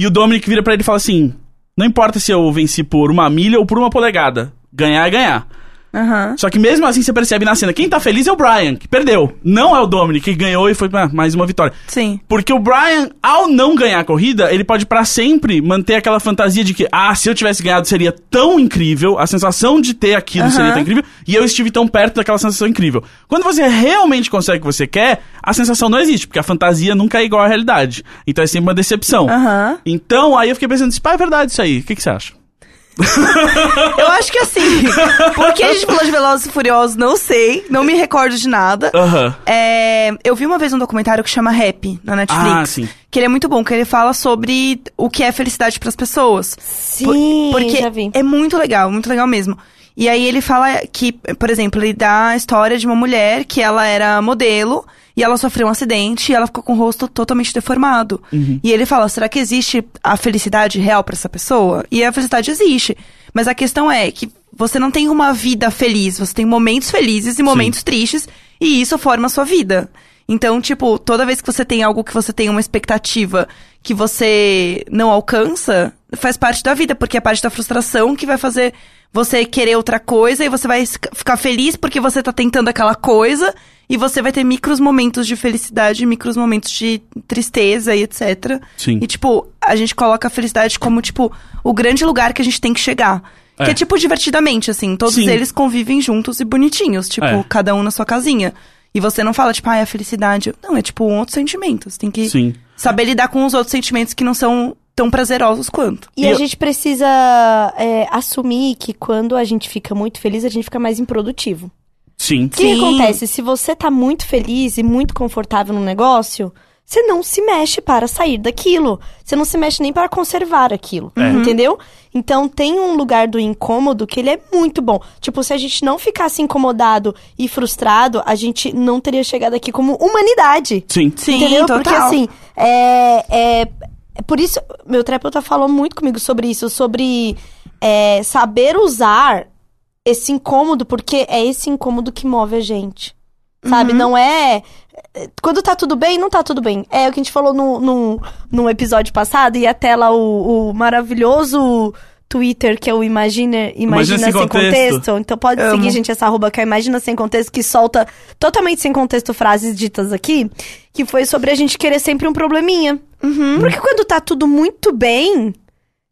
B: E o Dominic vira pra ele e fala assim: Não importa se eu venci por uma milha ou por uma polegada. Ganhar é ganhar.
A: Aham.
B: Só que mesmo assim você percebe na cena: quem tá feliz é o Brian, que perdeu. Não é o Dominic, que ganhou e foi pra mais uma vitória.
A: Sim.
B: Porque o Brian, ao não ganhar a corrida, ele pode pra sempre manter aquela fantasia de que, ah, se eu tivesse ganhado seria tão incrível, a sensação de ter aquilo seria tão incrível, e eu estive tão perto daquela sensação incrível. Quando você realmente consegue o que você quer, a sensação não existe, porque a fantasia nunca é igual à realidade. Então é sempre uma decepção.
A: Aham.
B: Então, aí eu fiquei pensando, pá, é verdade isso aí, o que, que você acha?
A: Eu acho que assim, porque a gente falou de Velozes e Furiosos, não sei, não me recordo de nada.
B: Aham.
A: É, eu vi uma vez um documentário que chama Rap na Netflix.
B: Ah, sim.
A: Que ele é muito bom, que ele fala sobre o que é felicidade pras pessoas.
C: Sim,
A: Porque
C: já vi.
A: é muito legal, muito legal mesmo. E aí ele fala que, por exemplo, ele dá a história de uma mulher que ela era modelo e ela sofreu um acidente e ela ficou com o rosto totalmente deformado.
C: Uhum.
A: E ele fala, será que existe a felicidade real pra essa pessoa? E a felicidade existe. Mas a questão é que você não tem uma vida feliz, você tem momentos felizes e momentos tristes e isso forma a sua vida. Então, tipo, toda vez que você tem algo que você tem uma expectativa que você não alcança, faz parte da vida, porque é parte da frustração que vai fazer você querer outra coisa e você vai fica- ficar feliz porque você tá tentando aquela coisa e você vai ter micros momentos de felicidade, micros momentos de tristeza e etc.
B: Sim.
A: E, tipo, a gente coloca a felicidade como, tipo, o grande lugar que a gente tem que chegar. Que
B: É.
A: é tipo divertidamente, assim. Todos
B: Sim.
A: eles convivem juntos e bonitinhos. Tipo,
B: É.
A: cada um na sua casinha. E você não fala, tipo, ah, é a felicidade. Não, é tipo um outro sentimento. Você tem que
B: Sim.
A: saber lidar com os outros sentimentos que não são tão prazerosos quanto.
C: E a
B: Eu-
C: gente precisa é, assumir que quando a gente fica muito feliz, a gente fica mais improdutivo.
B: Sim.
C: O que
A: Sim.
C: acontece? Se você tá muito feliz e muito confortável no negócio, Você não se mexe para sair daquilo. Você não se mexe nem para conservar aquilo. Entendeu? Então tem um lugar do incômodo que ele é muito bom. Tipo, se a gente não ficasse incomodado e frustrado, a gente não teria chegado aqui como humanidade.
B: Sim.
A: Sim,
C: Entendeu?
A: total.
C: Porque assim, é, é- é Por isso, meu terapeuta falou muito comigo sobre isso, sobre é, saber usar esse incômodo, porque é esse incômodo que move a gente. Sabe? Não é. é, Quando tá tudo bem, não tá tudo bem. É o que a gente falou no, no, no episódio passado, e até lá o, o maravilhoso Twitter, que é o Imagina, Imagina, Sem, contexto. Então pode
A: Amo.
C: seguir, gente, essa arroba que é Imagina Sem Contexto, que solta totalmente sem contexto frases ditas aqui, que foi sobre a gente querer sempre um probleminha. Porque quando tá tudo muito bem,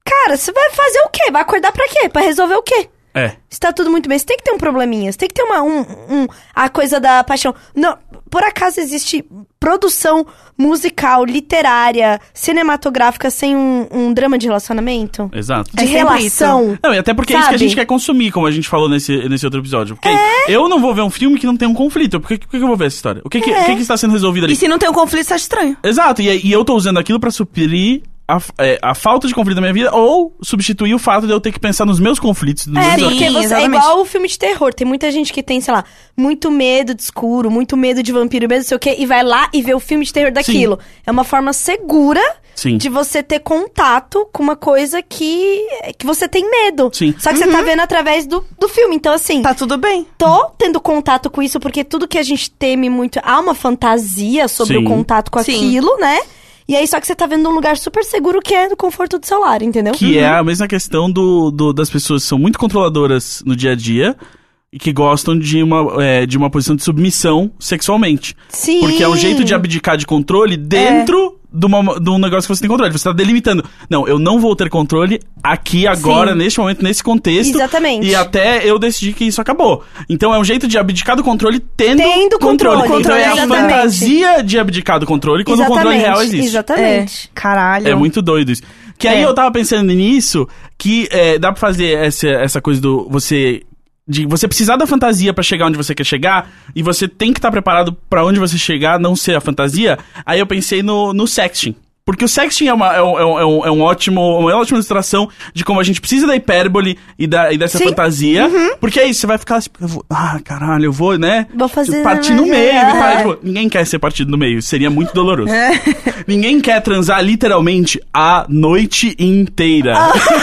C: cara, você vai fazer o quê? Vai acordar pra quê? Pra resolver o quê?
B: É.
C: Se tá tudo muito bem, você tem que ter um probleminha, você tem que ter uma, um, um- a coisa da paixão. Não, por acaso existe produção musical, literária, cinematográfica sem um, um drama de relacionamento?
B: Exato.
C: De
A: É sempre isso.
C: relação?
B: Não, e até porque é isso que a
C: Sabe?
B: gente quer consumir, como a gente falou nesse, nesse outro episódio. Porque eu não vou ver um filme que não tem um conflito. Por que, por que eu vou ver essa história? O que, que, o que que está sendo resolvido ali?
A: E se não tem um conflito, você acha estranho.
B: Exato, e, e eu tô usando aquilo pra suprir a, f- é, a falta de conflito da minha vida ou substituir o fato de eu ter que pensar nos meus conflitos. Nos meus...
C: É,
A: Sim,
C: porque você é
A: exatamente.
C: igual o filme de terror. Tem muita gente que tem, sei lá, muito medo de escuro, muito medo de vampiro, medo não sei o quê, e vai lá e vê o filme de terror daquilo. É uma forma segura
B: Sim.
C: de você ter contato com uma coisa que, que você tem medo.
B: Sim. Uhum.
C: Só que você tá vendo através do, do filme. Então, assim,
A: Tá tudo bem.
C: tô tendo contato com isso, porque tudo que a gente teme muito. Há uma fantasia sobre
B: Sim.
C: o contato com
A: Sim.
C: aquilo, né? E aí, só que você tá vendo um lugar super seguro que é no conforto do seu lar, entendeu?
B: Que é a mesma questão do, do- das pessoas que são muito controladoras no dia a dia e que gostam de uma, é, de uma posição de submissão sexualmente.
C: Sim. É.
B: Porque é um jeito de abdicar de controle dentro de, uma- de um negócio que você tem controle. Você tá delimitando. Não, eu não vou ter controle aqui, agora,
C: Sim.
B: neste momento, nesse contexto.
C: Exatamente.
B: E até eu decidi que isso acabou. Então é um jeito de abdicar do controle tendo,
C: Tendo controle.
B: Então é a
A: Exatamente.
B: fantasia de abdicar do controle quando o controle real existe.
C: Exatamente.
A: É. Caralho.
B: É muito doido isso. Que aí
A: É.
B: eu tava pensando nisso, que é, dá pra fazer essa, essa coisa do você. De você precisar da fantasia pra chegar onde você quer chegar, e você tem que estar preparado pra onde você chegar, não ser a fantasia. Aí eu pensei no, no sexting. Porque o sexting é uma, é um, é um- é um- é um ótimo, uma ótima ilustração de como a gente precisa da hipérbole e, da, e dessa
C: Sim. Uhum.
B: fantasia. Porque é isso, você vai ficar assim, eu vou- ah, caralho, eu vou, né?
C: Vou fazer-
B: Partir no meio. e tal.
C: É.
B: Tipo, ninguém quer ser partido no meio, seria muito doloroso.
A: É.
B: Ninguém quer transar literalmente a noite inteira.
A: Ah.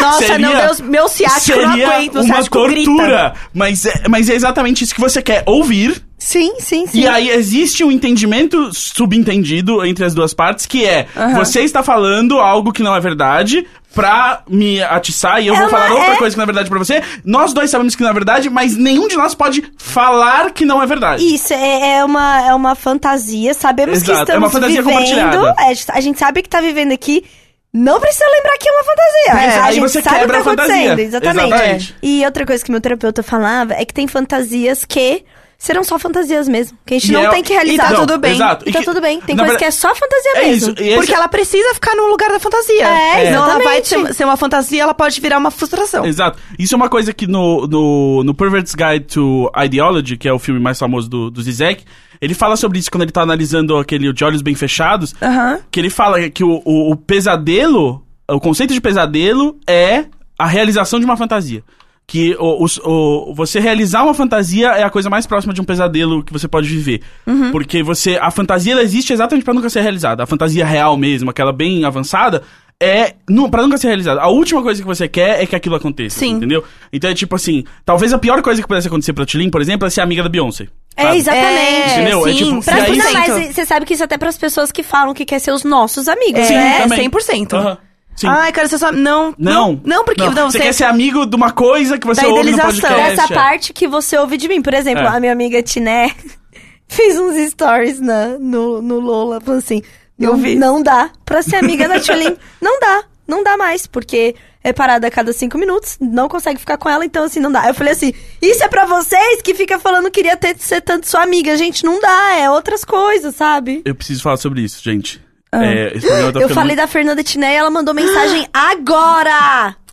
A: Nossa,
B: Seria-
A: não, meus, meu ciático eu não
B: Seria
A: aguento. Meu
B: uma
A: ciático grita.
B: tortura. Mas é, mas é exatamente isso que você quer ouvir.
C: Sim, sim, sim.
B: E aí existe um entendimento subentendido entre as duas partes, que é você está falando algo que não é verdade pra me atiçar e eu vou
C: Ela
B: falar outra
C: é-
B: coisa que não é verdade pra você. Nós dois sabemos que não é verdade, mas nenhum de nós pode falar que não é verdade.
C: Isso, é, é uma, é uma fantasia. Sabemos que
B: Exato, é
C: estamos
B: uma fantasia
C: vivendo.
B: compartilhada.
C: É, a gente sabe que tá vivendo aqui. Não precisa lembrar que é uma fantasia.
B: Porque
C: a
B: aí
C: gente
B: você
C: sabe
B: quebra
C: o que tá
B: a fantasia.
C: acontecendo. Exatamente. É.
B: Exatamente.
C: E outra coisa que meu terapeuta falava é que tem fantasias que serão só fantasias mesmo. Que a gente
B: E
C: não
B: é-
C: tem que
A: e
C: realizar.
A: tá tudo bem.
B: Exato.
C: E tá
B: que-
C: tudo bem. Tem
B: na verdade-
C: coisa que é só fantasia
B: É
C: mesmo.
B: isso. E esse-
A: Porque ela precisa ficar no lugar da fantasia.
C: É,
A: Senão ela vai
C: exatamente.
A: ser, ser uma fantasia, ela pode virar uma frustração.
B: Exato. Isso é uma coisa que no, no, no Pervert's Guide to Ideology, que é o filme mais famoso do, do Zizek, ele fala sobre isso quando ele tá analisando aquele De Olhos Bem Fechados,
A: Aham.
B: que ele fala que o, o, o pesadelo, o conceito de pesadelo é a realização de uma fantasia. Que o, os- o- você realizar uma fantasia é a coisa mais próxima de um pesadelo que você pode viver.
A: Uhum.
B: Porque você. A fantasia ela existe exatamente pra nunca ser realizada. A fantasia real mesmo, aquela bem avançada, é. Nu, pra nunca ser realizada. A última coisa que você quer é que aquilo aconteça.
A: Sim.
B: Entendeu? Então é tipo assim: talvez a pior coisa que pudesse acontecer pra Tilin, por exemplo, é ser amiga da Beyoncé.
C: É,
B: sabe?
C: exatamente.
A: É,
B: Entendeu? É
A: sim,
B: tipo-
C: Pra,
B: E aí-
C: não, mas
A: cento.
C: você sabe que isso é até pras pessoas que falam que quer ser os nossos amigos,
A: Sim,
C: né?
A: é,
B: também.
A: 100%.
B: Aham. Sim.
A: Ai, cara, você só... Não,
B: Não.
A: Não, porque... Não,
B: você quer ser amigo de uma coisa que você
A: Da
B: ouve no
A: idealização.
B: podcast.
C: Essa
B: é.
C: parte que você ouve de mim. Por exemplo,
B: É.
C: a minha amiga Tiné fez uns stories na, no, no Lola, falando assim:
A: Eu
C: não,
A: vi.
C: não dá pra ser amiga da Tulin. não dá, não dá mais, porque é parada a cada cinco minutos, não consegue ficar com ela, então assim, não dá. Eu falei assim: isso é pra vocês que fica falando que queria ter, ser tanto sua amiga. Gente, não dá, é outras coisas, sabe?
B: Eu preciso falar sobre isso, gente. É, esse programa tá
C: Eu
B: ficando
C: falei da Fernanda Tiné e ela mandou mensagem agora!
B: muito-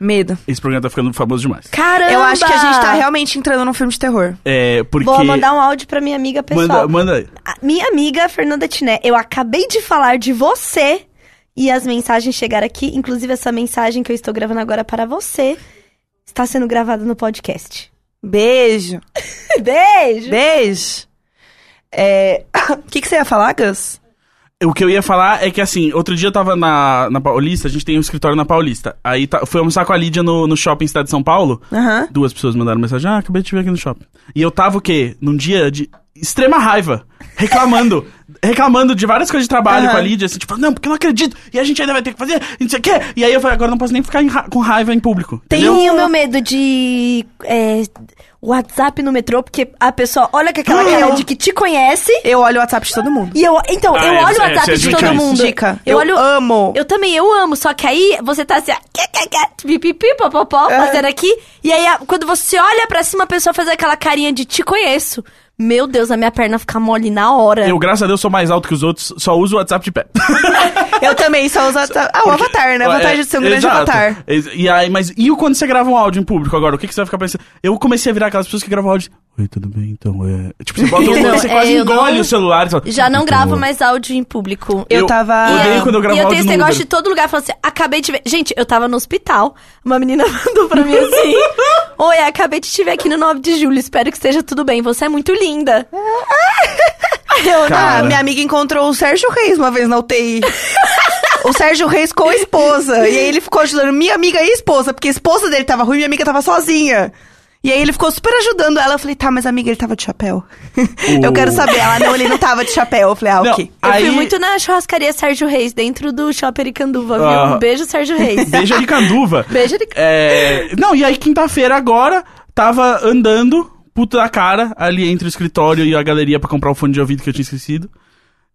A: Medo.
B: Esse programa tá ficando famoso demais.
C: Caramba!
A: Eu acho que a gente tá realmente entrando num filme de terror.
B: É, porque...
C: Vou mandar um áudio pra minha amiga pessoal.
B: Manda, manda aí.
C: A- Minha amiga Fernanda Tiné, eu acabei de falar de você e as mensagens chegaram aqui. Inclusive, essa mensagem que eu estou gravando agora é para você está sendo gravada no podcast.
A: Beijo.
C: Beijo!
A: Beijo. É, O que, que você ia falar, Gus?
B: O que eu ia falar é que, assim, outro dia eu tava na, na Paulista, a gente tem um escritório na Paulista. Aí tá, fui almoçar com a Lídia no, no shopping Cidade de São Paulo.
A: Aham.
B: Duas pessoas mandaram mensagem, ah, acabei de te ver aqui no shopping. E eu tava o quê? Num dia de extrema raiva, reclamando, reclamando de várias coisas de trabalho
A: Aham.
B: com a Lídia, assim, tipo, não, porque eu não acredito, e a gente ainda vai ter que fazer, e não sei o quê. E aí eu falei, agora eu não posso nem ficar em ra- com raiva em público.
C: Tem
B: entendeu?
C: o meu medo de é, WhatsApp no metrô, porque a pessoa olha com aquela cara de que te conhece.
A: Eu olho o WhatsApp de todo mundo.
C: E eu, então,
B: Ah,
C: eu
B: é,
C: olho o
B: é,
C: WhatsApp
B: você
C: de
B: admite isso.
C: todo mundo.
A: Dica.
C: Eu,
A: Eu
C: olho.
A: amo.
C: Eu também, eu amo. Só que aí você tá assim, ó, que, que, que, pipipi, popopó, fazendo aqui. E aí, a- quando você olha pra cima, a pessoa faz aquela carinha de te conheço. Meu Deus, a minha perna fica mole na hora.
B: Eu, graças a Deus, sou mais alto que os outros, só uso o WhatsApp de pé.
A: Eu também só uso WhatsApp. Ah, o Avatar,
C: É
A: né? A vantagem de ser um grande
B: é, Exato.
A: Avatar.
B: Ex- E aí, mas e o quando você grava um áudio em público agora? O que, que você vai ficar pensando? Eu comecei a virar aquelas pessoas que gravam áudio. Oi, tudo bem? Então, é. Tipo, você bota um.
C: Não,
B: você
C: é,
B: quase
C: eu
B: engole
C: não-
B: o celular. e fala,
C: Já não
B: "Então,
C: gravo
B: é."
C: mais áudio em público.
A: Eu
B: Eu
A: tava.
C: E
B: odeio
C: é,
B: quando eu gravo
C: E eu tenho
B: áudio
C: esse
B: no
C: negócio
B: Uber.
C: de todo lugar falando assim, acabei de ver. Gente, eu tava no hospital, uma menina mandou pra mim assim: Oi, acabei de te ver aqui no 9 de julho, espero que esteja tudo bem. Você é muito linda. Aí eu,
B: Cara.
A: Ah, minha amiga encontrou o Sérgio Reis uma vez na UTI. o Sérgio Reis com a esposa. E aí ele ficou ajudando minha amiga e a esposa, porque a esposa dele tava ruim e minha amiga tava sozinha. E aí ele ficou super ajudando ela. Eu falei, tá, mas amiga, ele tava de chapéu. Eu quero saber. Ela, não, ele não tava de chapéu. Eu falei, ah,
B: Não,
A: ok.
C: Eu
B: aí,
C: fui muito na churrascaria Sérgio Reis, dentro do Shopping Aricanduva, viu?
B: Ah.
C: Um beijo, Sérgio Reis.
B: Beijo de canduva.
C: Beijo de-
B: É, Não, e aí, quinta-feira agora, tava andando, puta da cara, ali entre o escritório e a galeria pra comprar o fone de ouvido que eu tinha esquecido.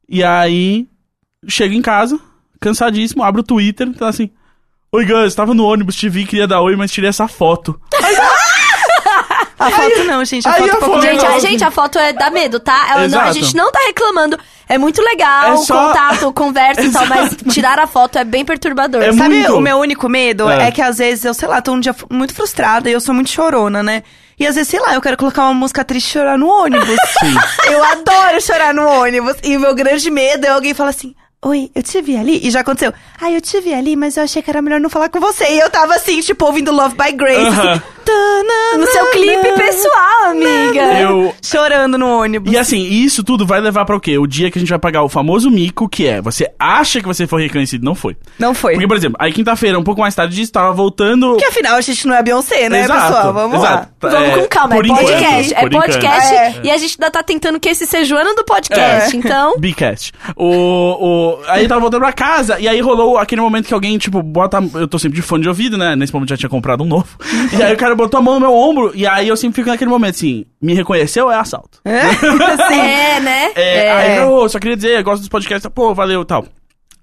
B: E aí, chego em casa, cansadíssimo, abro o Twitter, tá assim. Oi, Gus, tava no ônibus, te vi, queria dar oi, mas tirei essa foto.
A: A foto não, gente. A
B: aí
A: foto
B: a
A: um pouco
B: foto-
A: de
C: Gente, a,
B: Legal.
C: gente, a foto é dá medo, tá? Ela não- a
B: Exato.
C: gente não tá reclamando. É muito legal,
B: É só-
C: contato, conversa e tal, mas tirar a foto é bem perturbador.
B: É
A: Sabe
B: muito.
A: o meu único medo? É.
B: É.
A: que às vezes eu, sei lá, tô um dia fr- muito frustrada e eu sou muito chorona, né? E às vezes, sei lá, eu quero colocar uma música triste e chorar no ônibus. Eu adoro chorar no ônibus. E o meu grande medo é alguém falar assim. Oi, eu te vi ali. E já aconteceu. Ah, eu te vi ali, mas eu achei que era melhor não falar com você. E eu tava assim, tipo, ouvindo Love by Grace.
B: Aham.
A: assim, tanana,
C: No seu clipe pessoal, amiga.
B: Eu,
A: Chorando no ônibus.
B: E assim, isso tudo vai levar pra o quê? O dia que a gente vai pagar o famoso mico, que é você acha que você foi reconhecido, não foi.
A: Não foi.
B: Porque, por exemplo, aí quinta-feira, um pouco mais tarde disso, tava voltando.
A: Porque afinal a gente não é Beyoncé, né,
B: Exato,
A: pessoal? Vamos lá.
B: exato.
C: Vamos
B: É,
C: com calma, é
B: por enquanto,
C: podcast. é
B: por enquanto.
C: podcast
A: É.
C: e a gente ainda tá tentando que esse seja o ano do podcast.
B: É.
C: Então,
B: Bicast. O, o, aí eu tava voltando pra casa, e aí rolou aquele momento que alguém, tipo, bota. Eu tô sempre de fone de ouvido, né? Nesse momento já tinha comprado um novo. E aí o cara botou a mão no meu ombro, e aí eu sempre fico naquele momento assim: me reconheceu é assalto.
C: é, né?
B: É,
A: É.
B: Aí eu "Ô, só queria dizer, eu gosto dos podcasts, tá, pô, valeu e tal.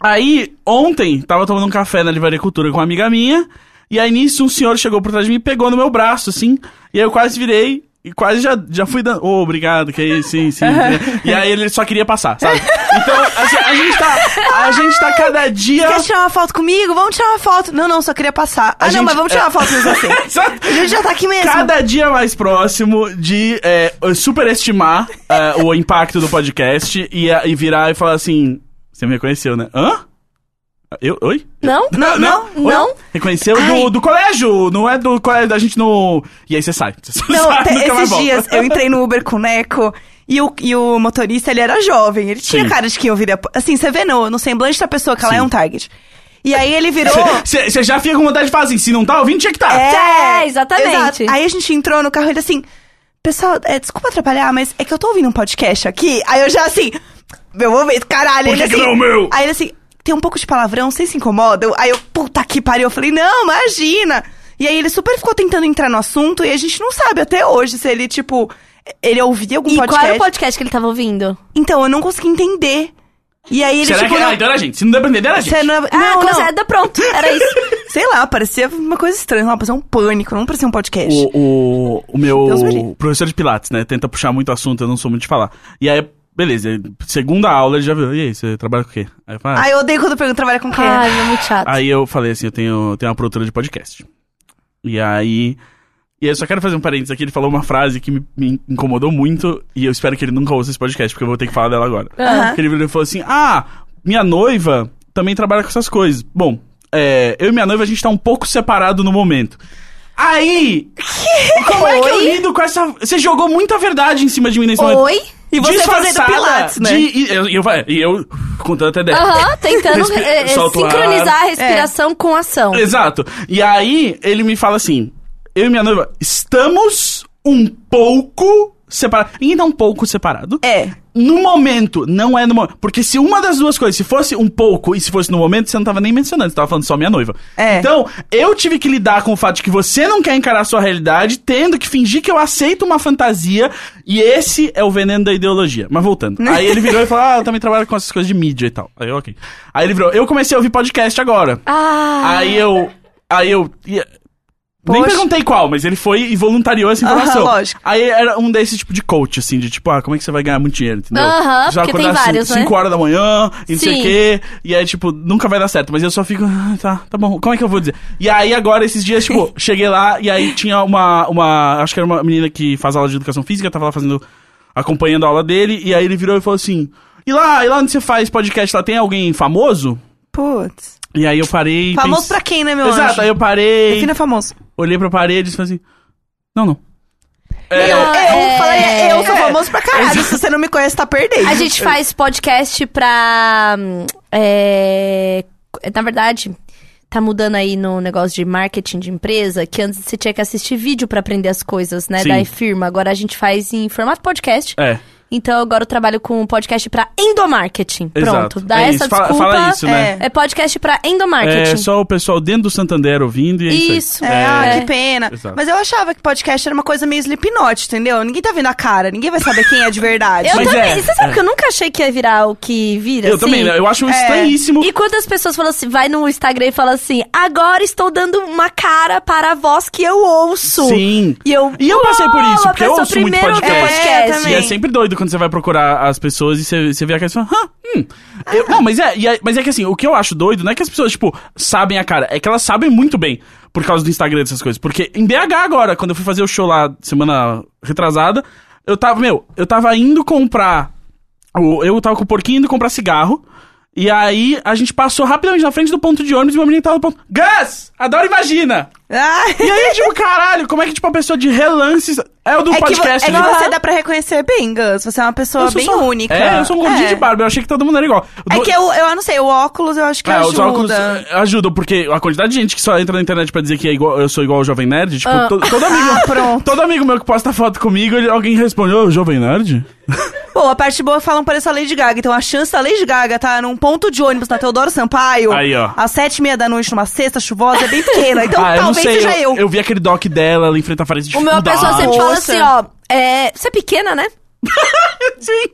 B: Aí, ontem, tava tomando um café na Livraria Cultura com uma amiga minha, e aí nisso um senhor chegou por trás de mim e pegou no meu braço, assim, e aí eu quase virei. E quase já, já fui dando. Ô, obrigado, que aí, sim, sim. entendeu? e aí ele só queria passar, sabe? Então, assim, a gente tá. A gente tá cada dia.
A: Quer tirar uma foto comigo? Vamos tirar uma foto. Não, não, só queria passar. Ah,
B: A
A: não,
B: gente-
A: mas vamos tirar uma foto mesmo assim.
B: Sabe?
A: A gente já tá aqui mesmo.
B: Cada dia mais próximo de é, superestimar é, o impacto do podcast e, a- e virar e falar assim: Você me reconheceu, né? Hã? Eu? Oi?
C: Não? Não, não,
B: Oi?
C: não.
B: Reconheceu
A: Ai.
B: do, do colégio, não é do colégio da gente no. E aí você sai. Você só
A: Não,
B: sai,
A: te-
B: um nunca mais
A: esses
B: volta.
A: dias eu entrei no Uber com o Neco e o, e o motorista, ele era jovem. Ele tinha
B: Sim.
A: cara de quem eu viria... Assim, você vê no, no semblante da pessoa que ela
B: Sim.
A: é um target. E aí ele virou...
B: Você você já fica com vontade de falar assim: se não tá ouvindo, tinha que tá.
C: É, exatamente.
A: exato. Aí a gente entrou no carro e ele assim... Pessoal, é, desculpa atrapalhar, mas é que eu tô ouvindo um podcast aqui. Aí eu já assim... Meu momento, caralho.
B: Por
A: ele
B: que que
A: assim,
B: não é o meu?
A: Aí ele assim... Tem um pouco de palavrão, vocês se incomodam? Aí eu, puta que pariu. Eu falei, não, imagina. E aí ele super ficou tentando entrar no assunto e a gente não sabe até hoje se ele, tipo... Ele ouvia algum
C: E
A: podcast.
C: qual era o podcast que ele tava ouvindo?
A: Então, eu não consegui entender. E aí ele,
B: Será
A: tipo...
B: que
A: não-
B: ah, então era a gente? Se não deu pra entender, era a gente.
A: Você não, é
C: ah,
A: não,
C: com
A: não.
C: certeza, pronto. Era isso.
A: Sei lá, parecia uma coisa estranha. Não, parecia um pânico, não parecia um podcast.
B: O, o, o
A: Deus me livre.
B: meu professor de Pilates, né? Tenta puxar muito assunto, eu não sou muito de falar. E aí, beleza, segunda aula ele já viu. E aí, você trabalha com o quê? Aí eu, falo, "Ah,
A: Ai, eu odeio quando pergunto trabalha com quem.
C: Ai, é muito chato.
B: Aí eu falei assim, eu tenho, tenho uma produtora de podcast. E aí. E eu só quero fazer um parênteses aqui. Ele falou uma frase que me, me incomodou muito. E eu espero que ele nunca ouça esse podcast, porque eu vou ter que falar dela agora.
C: Aham.
B: Que ele virou e falou assim: Ah, minha noiva também trabalha com essas coisas. Bom, é, eu e minha noiva a gente tá um pouco separado no momento. Aí! Como é que eu lido com essa. Você jogou muita verdade em cima de mim nesse momento.
C: Oi?
A: E você fazendo
B: Disfarçada
A: pilates, né?
B: de- e, eu, e eu, e eu contando até 10.
C: Aham, tentando
B: Respi-
C: eh, eh,
B: solta o ar. É.
C: sincronizar a respiração com a ação.
A: Então.
B: Exato. E aí ele me fala assim: eu e minha noiva estamos um pouco separados. Ainda um pouco separado.
A: É.
B: No momento, não é no momento. Porque se uma das duas coisas, se fosse um pouco e se fosse no momento, você não tava nem mencionando, você tava falando só minha noiva.
A: É.
B: Então, eu tive que lidar com o fato de que você não quer encarar a sua realidade, tendo que fingir que eu aceito uma fantasia, e esse é o veneno da ideologia. Mas voltando. Aí ele virou e falou: Ah, eu também trabalho com essas coisas de mídia e tal. Aí, eu, ok. Aí ele virou: Eu comecei a ouvir podcast agora.
C: Ah,
B: Aí eu. Aí eu. ia- Nem
A: Poxa.
B: perguntei qual, mas ele foi e voluntariou essa
A: Aham,
B: informação.
A: lógico.
B: Aí era um desse tipo de coach, assim, de tipo, ah, como é que você vai ganhar muito dinheiro, entendeu?
C: Aham,
B: você vai
C: porque tem
B: acordar
C: vários, né?
B: 5 horas da manhã e não sei
C: Sim.
B: o quê. E aí, tipo, nunca vai dar certo. Mas eu só fico, ah, tá, tá bom, como é que eu vou dizer? E aí agora, esses dias, tipo, cheguei lá e aí tinha uma, uma. Acho que era uma menina que faz aula de educação física, tava lá fazendo. acompanhando a aula dele, e aí ele virou e falou assim: E lá, e lá onde você faz podcast, lá tem alguém famoso?
A: Putz.
B: E aí eu parei e
A: Famoso
B: pense-
A: pra quem, né, meu
B: Exato,
A: anjo?
B: aí eu parei,
A: Defina famoso.
B: olhei pra parede e falei assim: Não, não.
A: Eu, eu
C: é.
A: falaria, eu sou
C: É.
A: famoso pra caralho. Se você não me conhece, tá perdendo.
C: a gente faz podcast pra. hum, é, na verdade, tá mudando aí no negócio de marketing de empresa, que antes você tinha que assistir vídeo pra aprender as coisas, né?
B: Sim.
C: Da firma. Agora a gente faz em formato podcast.
B: É,
C: Então agora eu trabalho com um podcast pra endomarketing.
B: exato.
C: Pronto. Dá
B: é
C: essa
B: isso. Fala,
C: desculpa.
B: fala isso, né?
C: É podcast pra
B: É,
C: endomarketing.
B: só o pessoal dentro do Santander ouvindo e é isso. aí.
C: Isso.
A: É, ah, que pena.
B: Exato.
A: Mas eu achava que podcast era uma coisa meio Slipknot, entendeu? Ninguém tá vendo a cara, ninguém vai saber quem é de verdade.
C: Eu
B: Mas
C: também.
B: é,
C: E você sabe
B: é.
C: que eu nunca achei que ia virar o que vira?
B: Eu
C: assim?
B: também, né? eu acho estranhíssimo.
C: E quando as pessoas falam assim, vai no Instagram e fala assim, agora estou dando uma cara para a voz que eu ouço.
B: Sim.
C: E eu,
B: E eu passei por isso,
C: "Uau, a
B: porque eu
C: pessoa
B: ouço muito
C: primeiro ouviu
B: podcast."
A: É, também.
B: E é sempre doido quando você vai procurar as pessoas e você, você vê a cara e você fala, "Hã? hum. Eu- não, mas é, e é- mas é que assim, o que eu acho doido não é que as pessoas, tipo, sabem a cara, é que elas sabem muito bem por causa do Instagram dessas coisas. Porque em BH agora, quando eu fui fazer o show lá semana retrasada, eu tava, meu, eu tava indo comprar. o- Eu tava com o porquinho indo comprar cigarro. E aí a gente passou rapidamente na frente do ponto de ônibus e uma menina tava no ponto. Gus! Adoro e vagina!
A: Ah,
B: E aí, tipo, caralho, como é que, tipo, a pessoa de relances. É o do
A: é que, vo- é
B: podcast,
A: que
B: né?
A: você dá pra reconhecer bem, Gus. Você é uma pessoa
B: Eu sou
A: bem
B: só-
A: única.
B: É, eu sou um gordinho
A: É.
B: de barba, eu achei que todo mundo era igual.
A: É
B: Do-
A: que eu, eu não sei, o óculos eu acho que
B: É,
A: ajuda.
B: os óculos eh, ajudam, porque a quantidade de gente que só entra na internet pra dizer que é igual- eu sou igual ao Jovem Nerd, tipo,
C: Ah.
B: to- todo amigo.
A: pronto.
B: Todo amigo meu que posta foto comigo, ele- alguém responde, ô, Jovem Nerd?
A: Bom, a parte boa é falam parece a Lady Gaga. Então a chance da Lady Gaga tá num ponto de ônibus na Teodoro Sampaio.
B: Aí, ó.
A: Às sete e meia da noite numa sexta chuvosa é bem pequena. Então
B: ah, eu não
A: talvez
B: sei.
A: seja eu. é
B: Eu vi aquele doc dela, ela enfrenta a parede tipo, "Ah, de
C: O meu, a pessoa
B: dificuldade.
C: sempre fala
A: Nossa.
C: assim, ó, é, você é pequena, né?
B: Sim.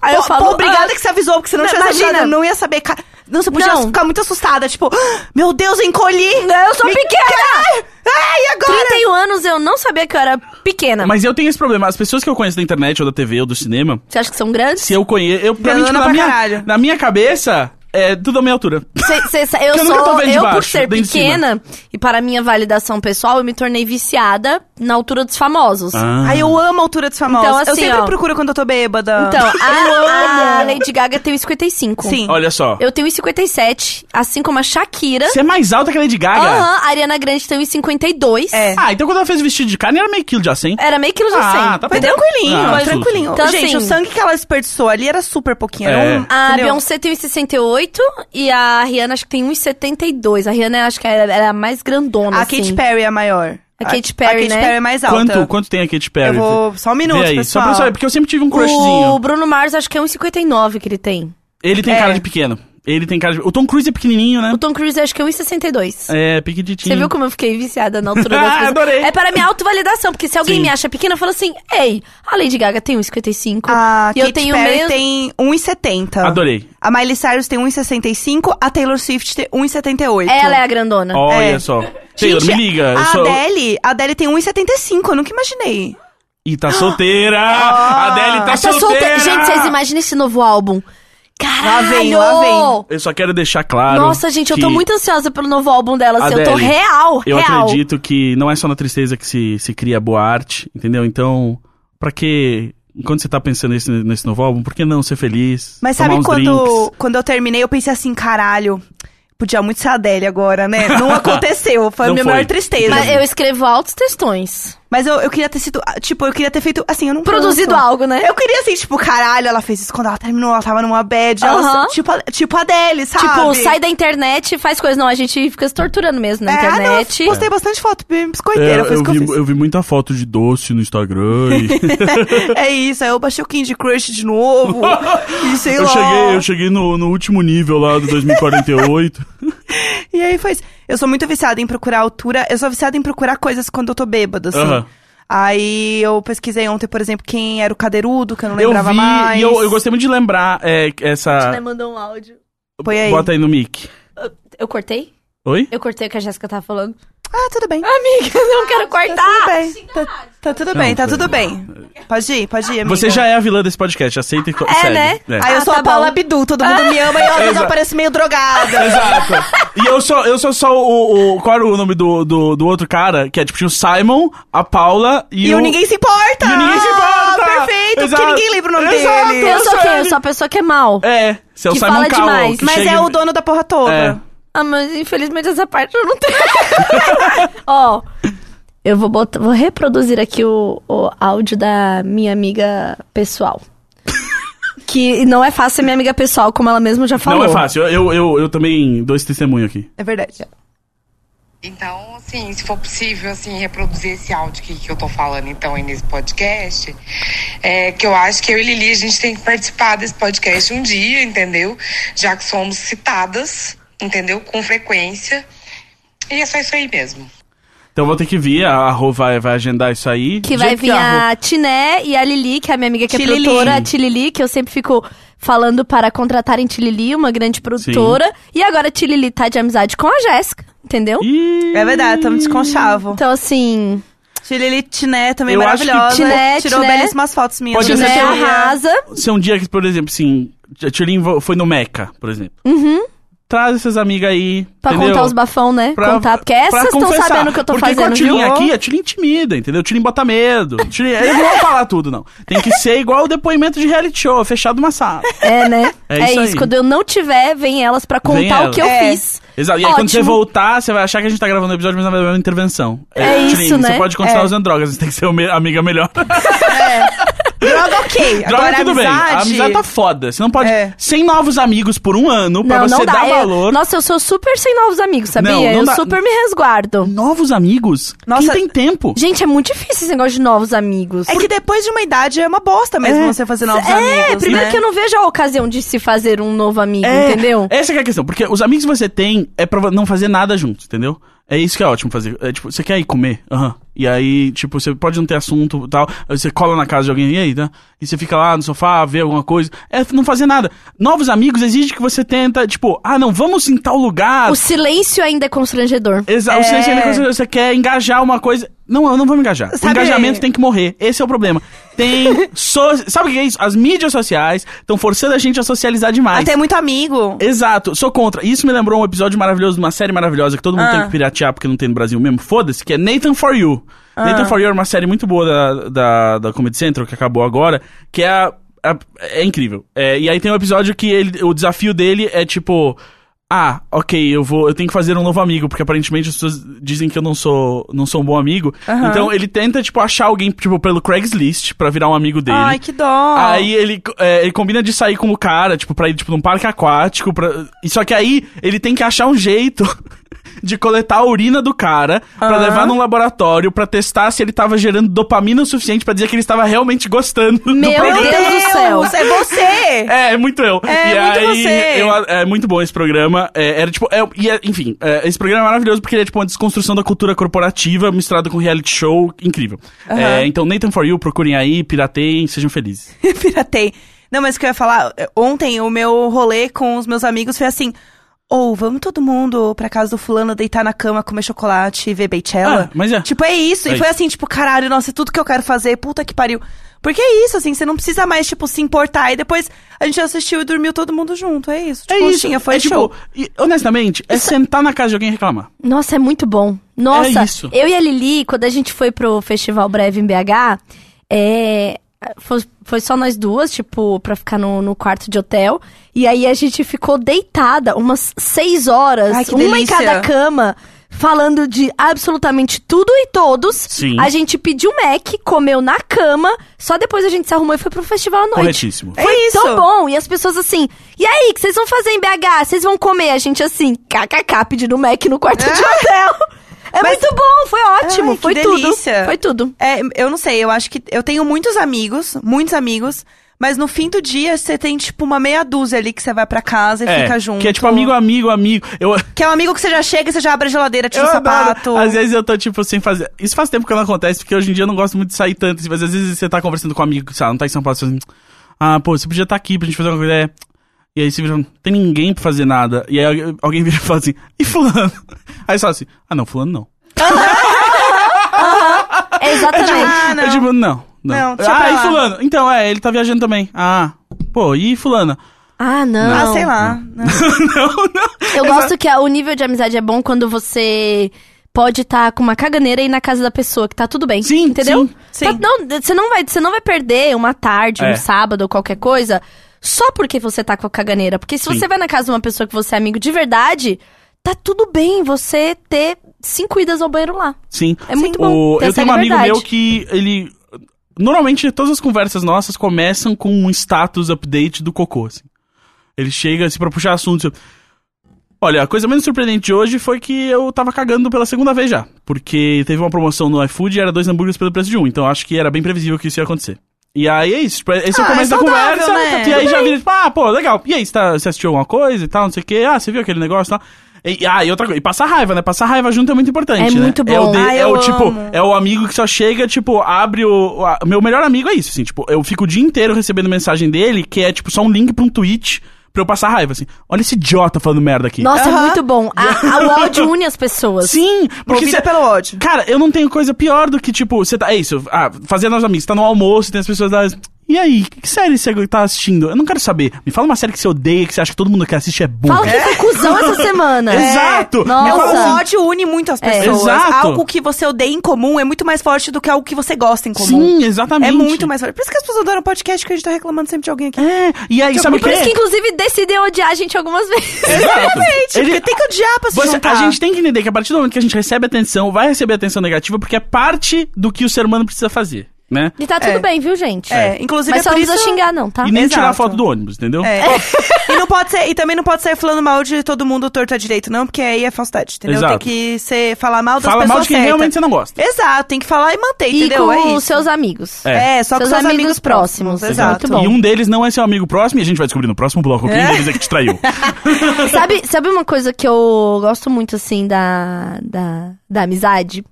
C: Aí eu
A: Pô,
C: falo,
A: pô, obrigada
C: "Ah,
A: que você avisou, porque se não
C: Não,
A: tivesse
C: imagina.
A: avisado, eu não ia saber. ca- Não, você podia
C: Não.
A: ficar muito assustada, tipo, "Ah, meu Deus, eu encolhi!
B: é,
C: Não, eu sou
A: Me-
C: pequena!
A: Caralho! Ai, agora!
C: 31 anos eu não sabia que eu era pequena.
B: Mas eu tenho esse problema. As pessoas que eu conheço da internet, ou da TV, ou do cinema,
C: Você acha que um são grandes?
B: se eu conheço. Eu, pra mim,
A: Grandona
B: tipo, na,
A: pra
B: minha,
A: caralho.
B: na minha cabeça, é tudo a minha altura.
C: Cê- cê- eu
B: Porque eu nunca tô
C: sou,
B: vendo de
C: eu por
B: baixo,
C: ser
B: vem de cima.
C: pequena, e para minha validação pessoal, eu me tornei viciada na altura dos famosos.
B: Ah.
A: Ai, eu amo a altura dos famosos.
C: Então,
A: eu
C: assim,
A: sempre
C: ó.
A: procuro quando eu tô bêbada.
C: Então, a, a Lady Gaga tem 1,55.
A: Sim.
B: Olha só.
C: Eu tenho 1,57, assim como a Shakira.
B: Você é mais alta que a Lady Gaga?
C: Aham, a Ariana Grande tem 1,52.
A: É.
B: Ah, então quando ela fez o vestido de carne era meio quilo de assim.
C: Era meio quilo de
B: Ah,
C: 100.
B: tá
A: Foi
B: Entendeu?
A: tranquilinho,
B: Ah,
A: foi
B: tudo.
A: tranquilhinho.
C: Então,
A: Gente,
C: assim-
A: o sangue que ela desperdiçou ali era super pouquinho.
B: É.
A: Era um,
C: A
A: entendeu?
C: Beyoncé tem 1,68 e a Rihanna acho que tem 1,72. A Rihanna acho que ela ela é a mais grandona,
A: A
C: assim.
A: Katy Perry é a maior.
C: A Katy Perry,
A: A Katy
C: né?
A: Perry é mais alta.
B: Quanto, quanto tem a Katy Perry?
A: Eu vou... Só um
B: Vê
A: minuto,
B: aí,
A: pessoal.
B: só pra saber, porque eu sempre tive um crushzinho.
C: O Bruno Mars acho que é 1,59 que ele tem.
B: Ele tem
A: É.
B: cara de pequeno. Ele tem cara de... O Tom Cruise é pequenininho, né?
C: O Tom Cruise acho que é 1,62.
B: É, pequititinho.
C: Você viu como eu fiquei viciada na altura das
B: Ah,
C: coisas?
B: adorei.
C: É para minha autovalidação, porque se alguém
B: Sim.
C: me acha pequena, eu falo assim, ei, a Lady Gaga tem 1,55
A: A
C: e
A: Katy
C: eu tenho
A: Perry
C: mesmo...
A: tem 1,70.
B: Adorei.
A: A Miley Cyrus tem 1,65. A Taylor Swift tem 1,78.
C: Ela é a grandona.
B: Olha
A: É.
B: só. Taylor, me
A: Gente,
B: liga. Eu
A: A
B: sou...
A: Adele, a Adele tem 1,75. Eu nunca imaginei.
B: Ih, tá solteira! A Adele tá
A: Oh.
C: Ela tá solteira.
B: solteira!
C: Gente, vocês imaginam esse novo álbum? Caralho!
A: vem, lá vem.
B: Eu só quero deixar claro.
C: Nossa, gente, eu tô
B: que-
C: muito ansiosa pelo novo álbum dela. assim, eu tô
B: Adele,
C: real,
B: Eu
C: real.
B: acredito que não é só na tristeza que se, se cria boa arte, entendeu? Então, pra que. Quando você tá pensando nesse, nesse novo álbum, por que não ser feliz?
A: Mas
B: tomar
A: sabe
B: uns
A: quando,
B: drinks?
A: quando eu terminei, eu pensei assim, caralho, podia muito ser a Adele agora, né? Não aconteceu, foi a
B: Não
A: minha
B: foi.
A: maior tristeza.
C: Mas
A: Mas,
C: eu escrevo altos textões.
A: eu, eu queria ter sido, ah, tipo, eu queria ter feito, assim, eu não
C: Produzido
A: canso.
C: algo, né?
A: Eu queria assim, tipo, caralho, ela fez isso quando ela terminou, ela tava numa bad,
C: Aham.
A: ela, tipo, a- tipo a Adele, sabe?
C: Tipo, sai da internet e faz coisa. Não, a gente fica se torturando mesmo na
A: É, ah, não,
C: internet.
A: eu postei bastante foto bem
B: É,
A: biscoiteira, foi
B: eu,
A: isso que
B: vi,
A: eu fiz.
B: eu vi muita foto de doce no Instagram. e-
A: É isso, aí eu baixei o Candy Crush de novo, e sei
B: eu
A: lá.
B: cheguei, eu cheguei no, no último nível lá do 2048.
A: E aí foi isso. Eu sou muito viciada em procurar altura. Eu sou viciada em procurar coisas quando eu tô bêbada, assim.
B: Aham.
A: Aí eu pesquisei ontem, por exemplo, quem era o cadeirudo, que eu não
B: eu
A: lembrava
B: vi
A: mais.
B: e eu, eu gostei muito de lembrar é,
C: A
A: né,
C: Tina
B: essa.
C: mandou um áudio.
A: Põe aí.
B: Bota aí no mic.
C: Eu cortei?
B: Oi?
C: Eu cortei o que a Jéssica tava falando.
A: Ah, tudo bem.
C: Amiga, não quero
A: tá
C: cortar.
A: tudo bem. Tá, tá tudo bem, tá tudo bem. Pode ir, pode ir, amiga.
B: Você já é a vilã desse podcast, aceita e co-
C: É,
B: segue.
C: né?
B: É.
A: Aí eu
C: Ah,
A: sou
C: tá
A: a Paula
C: bom. Ah.
A: Abdu, todo mundo me ama e às vezes eu
B: Exato.
A: pareço meio drogada.
B: Exato. E eu sou, eu sou só o, o- Qual era o nome do, do, do outro cara? Que é tipo, tinha o Simon, a Paula e,
A: E
B: o.
A: o ninguém se importa!
B: E o ninguém se importa!
A: Ah, perfeito,
B: Exato.
A: porque ninguém lembra o nome
B: Exato.
A: dele.
C: Eu sou
B: Eu
C: quem?
B: sei.
C: Eu sou a pessoa que é mal.
B: É, você é o
C: Que
B: Simon
C: fala
B: Cowell.
C: demais.
B: que
A: Mas
B: chega-
A: é o dono da porra toda.
B: É.
C: Ah, mas infelizmente essa parte eu não tenho. Ó, eu vou, botar, vou reproduzir aqui o, o áudio da minha amiga pessoal. que não é fácil ser minha amiga pessoal, como ela mesma já falou.
B: Não é fácil. Eu, eu, eu, eu também dou esse testemunho aqui.
A: É verdade.
E: Então, assim, se for possível, assim, reproduzir esse áudio que, que eu tô falando, então, aí nesse podcast, é que eu acho que eu e Lili, a gente tem que participar desse podcast um dia, entendeu? Já que somos citadas, entendeu? Com frequência. E é só isso aí mesmo.
B: Então eu vou ter que vir, a Rô vai, vai agendar isso aí.
C: Que
B: Do
C: vai
B: jeito é,
C: vir
B: Rô-
C: a Tiné e a Lili, que é a minha amiga que é
A: Tilili.
C: produtora, a Tilili, que eu sempre fico falando para contratarem Tilili, uma grande produtora. E agora a Tilili tá de amizade com a Jéssica, entendeu?
B: Ih,
A: É verdade, tamo desconchavo.
C: Então, assim,
A: Tilili
C: né,
A: Tiné também
B: Eu acho que
A: maravilhosa.
C: Tiné,
A: Tirou
C: Tiné.
A: belíssimas fotos minhas.
B: Pode
A: no
B: ser
C: Tiné
A: dia.
C: arrasa.
B: Se é um dia que, por exemplo, assim, a Tchulin foi no Meca, por exemplo. Uhum. Traz essas amigas aí.
C: Pra
B: entendeu?
C: contar os bafão, né?
B: Pra-
C: contar, porque
B: pra
C: essas estão
B: confessar.
C: sabendo o que eu tô
B: porque
C: fazendo,
B: Porque com a
C: viu?
B: Tilin aqui, a Tilin intimida, entendeu? A Tilin bota medo. A Tilin, eles não vão falar tudo, não. Tem que ser igual o depoimento de reality show, fechado uma sala.
C: É, né?
B: É
C: É
B: isso
C: isso.
B: aí.
C: Quando eu não tiver, vem elas pra
B: Vem
C: contar o
B: elas.
C: que eu
A: É.
C: fiz.
B: Exato. E aí, quando você
C: Ótimo.
B: voltar, você vai achar que a gente tá gravando um episódio, mas na verdade é uma intervenção.
C: É isso,
B: Tilin,
C: né?
B: Você pode continuar
A: É.
B: usando drogas, você tem que ser uma amiga melhor.
A: Droga, ok.
B: Droga,
A: Agora,
B: tudo
A: amizade...
B: bem. A amizade tá foda. Você não pode.
A: É.
B: Sem novos amigos por um ano, pra
C: não,
B: você
C: não dá. É,
B: dar
C: Eu-
B: valor.
C: Nossa, eu sou super sem novos amigos, sabia?
B: Não, não
C: eu
B: dá.
C: super me resguardo.
B: Novos amigos?
A: Nossa.
B: Quem tem tempo?
C: Gente, é muito difícil esse negócio de novos amigos.
A: É que depois de uma idade é uma bosta mesmo você fazer novos
C: É,
A: amigos,
C: primeiro
A: né?
C: que eu não vejo a ocasião de se fazer um novo amigo, entendeu?
B: Essa que é a questão, porque os amigos que você tem é pra não fazer nada juntos, entendeu? É isso que é ótimo fazer. É tipo, você quer ir comer? Aham. E aí, tipo, você pode não ter assunto e tal. Aí você cola na casa de alguém e aí, né? E você fica lá no sofá, vê alguma coisa. É não fazer nada. Novos amigos exige que você tenta, tipo, ah, não, vamos em tal lugar.
C: O silêncio ainda é constrangedor.
B: Exato. Você quer engajar uma coisa. Não, eu não vou me engajar.
A: Sabe-
B: O engajamento tem que morrer. Esse é o problema. Tem. so- Sabe o que é isso? As mídias sociais estão forçando a gente a socializar demais.
A: Até muito amigo.
B: Exato, sou contra. Isso me lembrou um episódio maravilhoso de uma série maravilhosa que todo mundo
A: Ah.
B: tem que piratear porque não tem no Brasil mesmo, foda-se, que é Nathan For You.
A: Ah.
B: Nathan For You é uma série muito boa da, da, da Comedy Central, que acabou agora, que é, a- a- é incrível. É, e aí tem um episódio que ele, o desafio dele é tipo... Ah, ok, eu vou, eu tenho que fazer um novo amigo, porque aparentemente as pessoas dizem que eu não sou, não sou um bom amigo.
A: Aham.
B: Então ele tenta tipo achar alguém tipo pelo Craigslist pra virar um amigo dele.
A: Ai, que dó.
B: Aí ele, é, ele combina de sair com o cara, tipo, pra ir tipo, num parque aquático. Pra... e Só que aí ele tem que achar um jeito de coletar a urina do cara pra
A: Aham.
B: levar num laboratório pra testar se ele tava gerando dopamina o suficiente pra dizer que ele estava realmente gostando do
C: Meu
B: programa.
A: Meu
C: Deus do céu.
A: é você!
B: É, é muito eu.
A: É,
B: e
A: muito
B: aí,
A: você.
B: eu- é muito bom esse programa. É, era tipo. é, e é- enfim, é, esse programa é maravilhoso porque ele é tipo uma desconstrução da cultura corporativa misturada com reality show. Incrível. É, então, Nathan For You, procurem aí, pirateiem, sejam felizes.
A: é, Piratei. Não, mas o que eu ia falar, ontem o meu rolê com os meus amigos foi assim: Ou vamos todo mundo pra casa do fulano deitar na cama, comer chocolate e ver Beychella.
B: Ah, mas é.
A: Tipo, é isso.
B: É
A: e foi
B: isso.
A: assim, tipo, caralho, nossa, é tudo que eu quero fazer, puta que pariu. Porque é isso, assim, você não precisa mais, tipo, se importar. E depois a gente assistiu e dormiu todo mundo junto, é isso. Tipo,
B: é isso.
A: tinha, foi
B: é,
A: show.
B: Tipo, e, honestamente, é sentar na casa de alguém e reclamar.
C: Nossa, é muito bom. Nossa,
B: É isso.
C: eu e a Lili, quando a gente foi pro Festival Breve em BH, é, foi, foi só nós duas, tipo, pra ficar no, no quarto de hotel. E aí a gente ficou deitada umas seis horas,
A: Ai, que
C: uma em
A: delícia.
C: cada cama, falando de absolutamente tudo e todos.
B: Sim.
C: A gente pediu um Mac, comeu na cama, só depois a gente se arrumou e foi pro festival à noite.
B: Corretíssimo.
A: É
C: Foi
A: isso.
C: tão bom. E as pessoas assim, e aí, o que vocês vão fazer em BH? Vocês vão comer? A gente assim, kkk, pedindo Mac no quarto de hotel. É
A: Mas-
C: muito bom, foi ótimo,
A: Ai, que
C: foi tudo.
A: delícia.
C: Foi tudo.
A: É, eu não sei, eu acho que eu tenho muitos amigos, muitos amigos, mas no fim do dia você tem, tipo, uma meia dúzia ali que você vai pra casa e
B: É,
A: fica junto.
B: Que é tipo amigo, amigo, amigo. Eu,
A: Que é um amigo que você já chega e você já abre a geladeira, tira
B: eu
A: o
B: adoro.
A: sapato.
B: Às vezes eu tô, tipo, sem fazer. Isso faz tempo que não acontece, porque hoje em dia eu não gosto muito de sair tanto. assim, Mas às vezes você tá conversando com um amigo, sei lá, não tá em São Paulo, você fala assim, ah, pô, você podia estar aqui pra gente fazer alguma coisa. É. E aí você vira, não tem ninguém pra fazer nada. E aí alguém- alguém vira e fala assim, e fulano? Aí você fala assim, ah não, fulano não.
C: É exatamente.
A: Ah, não.
B: Eu tipo, não. Não,
A: Não, deixa pra
B: Ah, e
A: lá.
B: fulano? Então, é, ele tá viajando também. Ah, pô, e fulana?
C: Ah, não.
A: Ah, sei lá.
B: não, não.
C: Eu gosto que a- o nível de amizade é bom quando você pode estar com uma caganeira e ir na casa da pessoa, que tá tudo bem.
B: Sim,
C: entendeu?
B: sim,
A: sim.
C: Tá- não, você não vai, você não vai perder uma tarde,
B: É.
C: um sábado ou qualquer coisa só porque você tá com a caganeira, porque se
B: Sim.
C: você vai na casa de uma pessoa que você é amigo de verdade, tá tudo bem você ter cinco idas ao banheiro lá.
B: Sim.
C: É muito bom
B: O-
C: ter
B: eu
C: essa
B: tenho um amigo
C: liberdade.
B: meu que ele. Normalmente todas as conversas nossas começam com um status update do cocô. assim. Ele chega assim pra puxar assunto. assim, Olha, a coisa menos surpreendente de hoje foi que eu tava cagando pela segunda vez já. Porque teve uma promoção no iFood e era dois hambúrgueres pelo preço de um. Então acho que era bem previsível que isso ia acontecer. E aí é isso. tipo, Esse é o
A: Ah,
B: começo
A: é
B: da
A: saudável,
B: conversa.
A: né?
B: E aí já vira, tipo, ah, pô, legal. E aí, você, tá- você assistiu alguma coisa e tal, não sei o quê. Ah, você viu aquele negócio e tal. E, ah, e outra coisa. E passar raiva, né? Passar raiva junto é muito importante,
C: É
B: né?
C: muito
B: É o,
C: bom.
B: de-
A: Ah,
B: é o
A: eu
B: tipo,
A: amo.
B: é o amigo que só chega, tipo, abre o. a- meu melhor amigo é isso, assim, tipo, eu fico o dia inteiro recebendo mensagem dele, que é tipo só um link pra um tweet pra eu passar raiva, assim. Olha esse idiota falando merda aqui.
C: Nossa, é
A: Aham.
C: muito bom. A, a- o áudio une as pessoas.
B: Sim, porque
A: Movida
B: você
A: pelo ódio.
B: Cara, eu não tenho coisa pior do que, tipo, você tá. É isso, ah, fazer nós amigos, você tá no almoço, tem as pessoas da. E aí, que série você tá assistindo? Eu não quero saber. Me fala uma série que você odeia, que você acha que todo mundo que assiste é burro.
C: Fala que foi cuzão essa semana. É.
B: Exato!
C: Nossa.
B: Me fala um
A: O ódio É une muito as pessoas.
B: Exato.
A: Algo que você odeia em comum é muito mais forte do que algo que você gosta em comum.
B: Sim, exatamente.
A: é muito mais forte. Por isso que as pessoas adoram podcast que a gente tá reclamando sempre de alguém aqui.
B: É, e
A: Então,
B: aí, sabe o
C: Por isso que,
B: quê?
C: inclusive, decideu odiar a gente algumas vezes.
A: Exatamente.
B: Ele-
A: Porque tem que odiar pra se
B: Você-
A: juntar.
B: a gente tem que entender que a partir do momento que a gente recebe atenção, vai receber atenção negativa, porque é parte do que o ser humano precisa fazer, né?
C: E tá tudo
A: É.
C: bem, viu, gente?
A: É, inclusive
C: Mas
A: é
C: só
A: por
C: não precisa
A: isso-
C: xingar, não, tá?
B: E nem
A: Exato.
B: tirar foto do ônibus, entendeu?
A: É. e não pode ser, e também não pode sair falando mal de todo mundo torto à direito, não, porque aí é falsidade, entendeu? Tem
B: Exato.
A: que ser, falar mal das
B: Fala
A: pessoas
B: mal de quem
A: certas.
B: realmente você não gosta.
A: Exato, tem que falar e manter,
C: E
A: entendeu?
C: com
A: é
C: os
A: isso.
C: seus amigos.
A: É, só com
C: Seus
A: seus amigos,
C: amigos
A: próximos.
C: próximos,
A: Exato.
C: muito bom.
B: E um deles não é seu amigo próximo, e a gente vai descobrir no próximo bloco quem deles é que te traiu.
C: sabe, sabe uma coisa que eu gosto muito, assim, da, da, da amizade?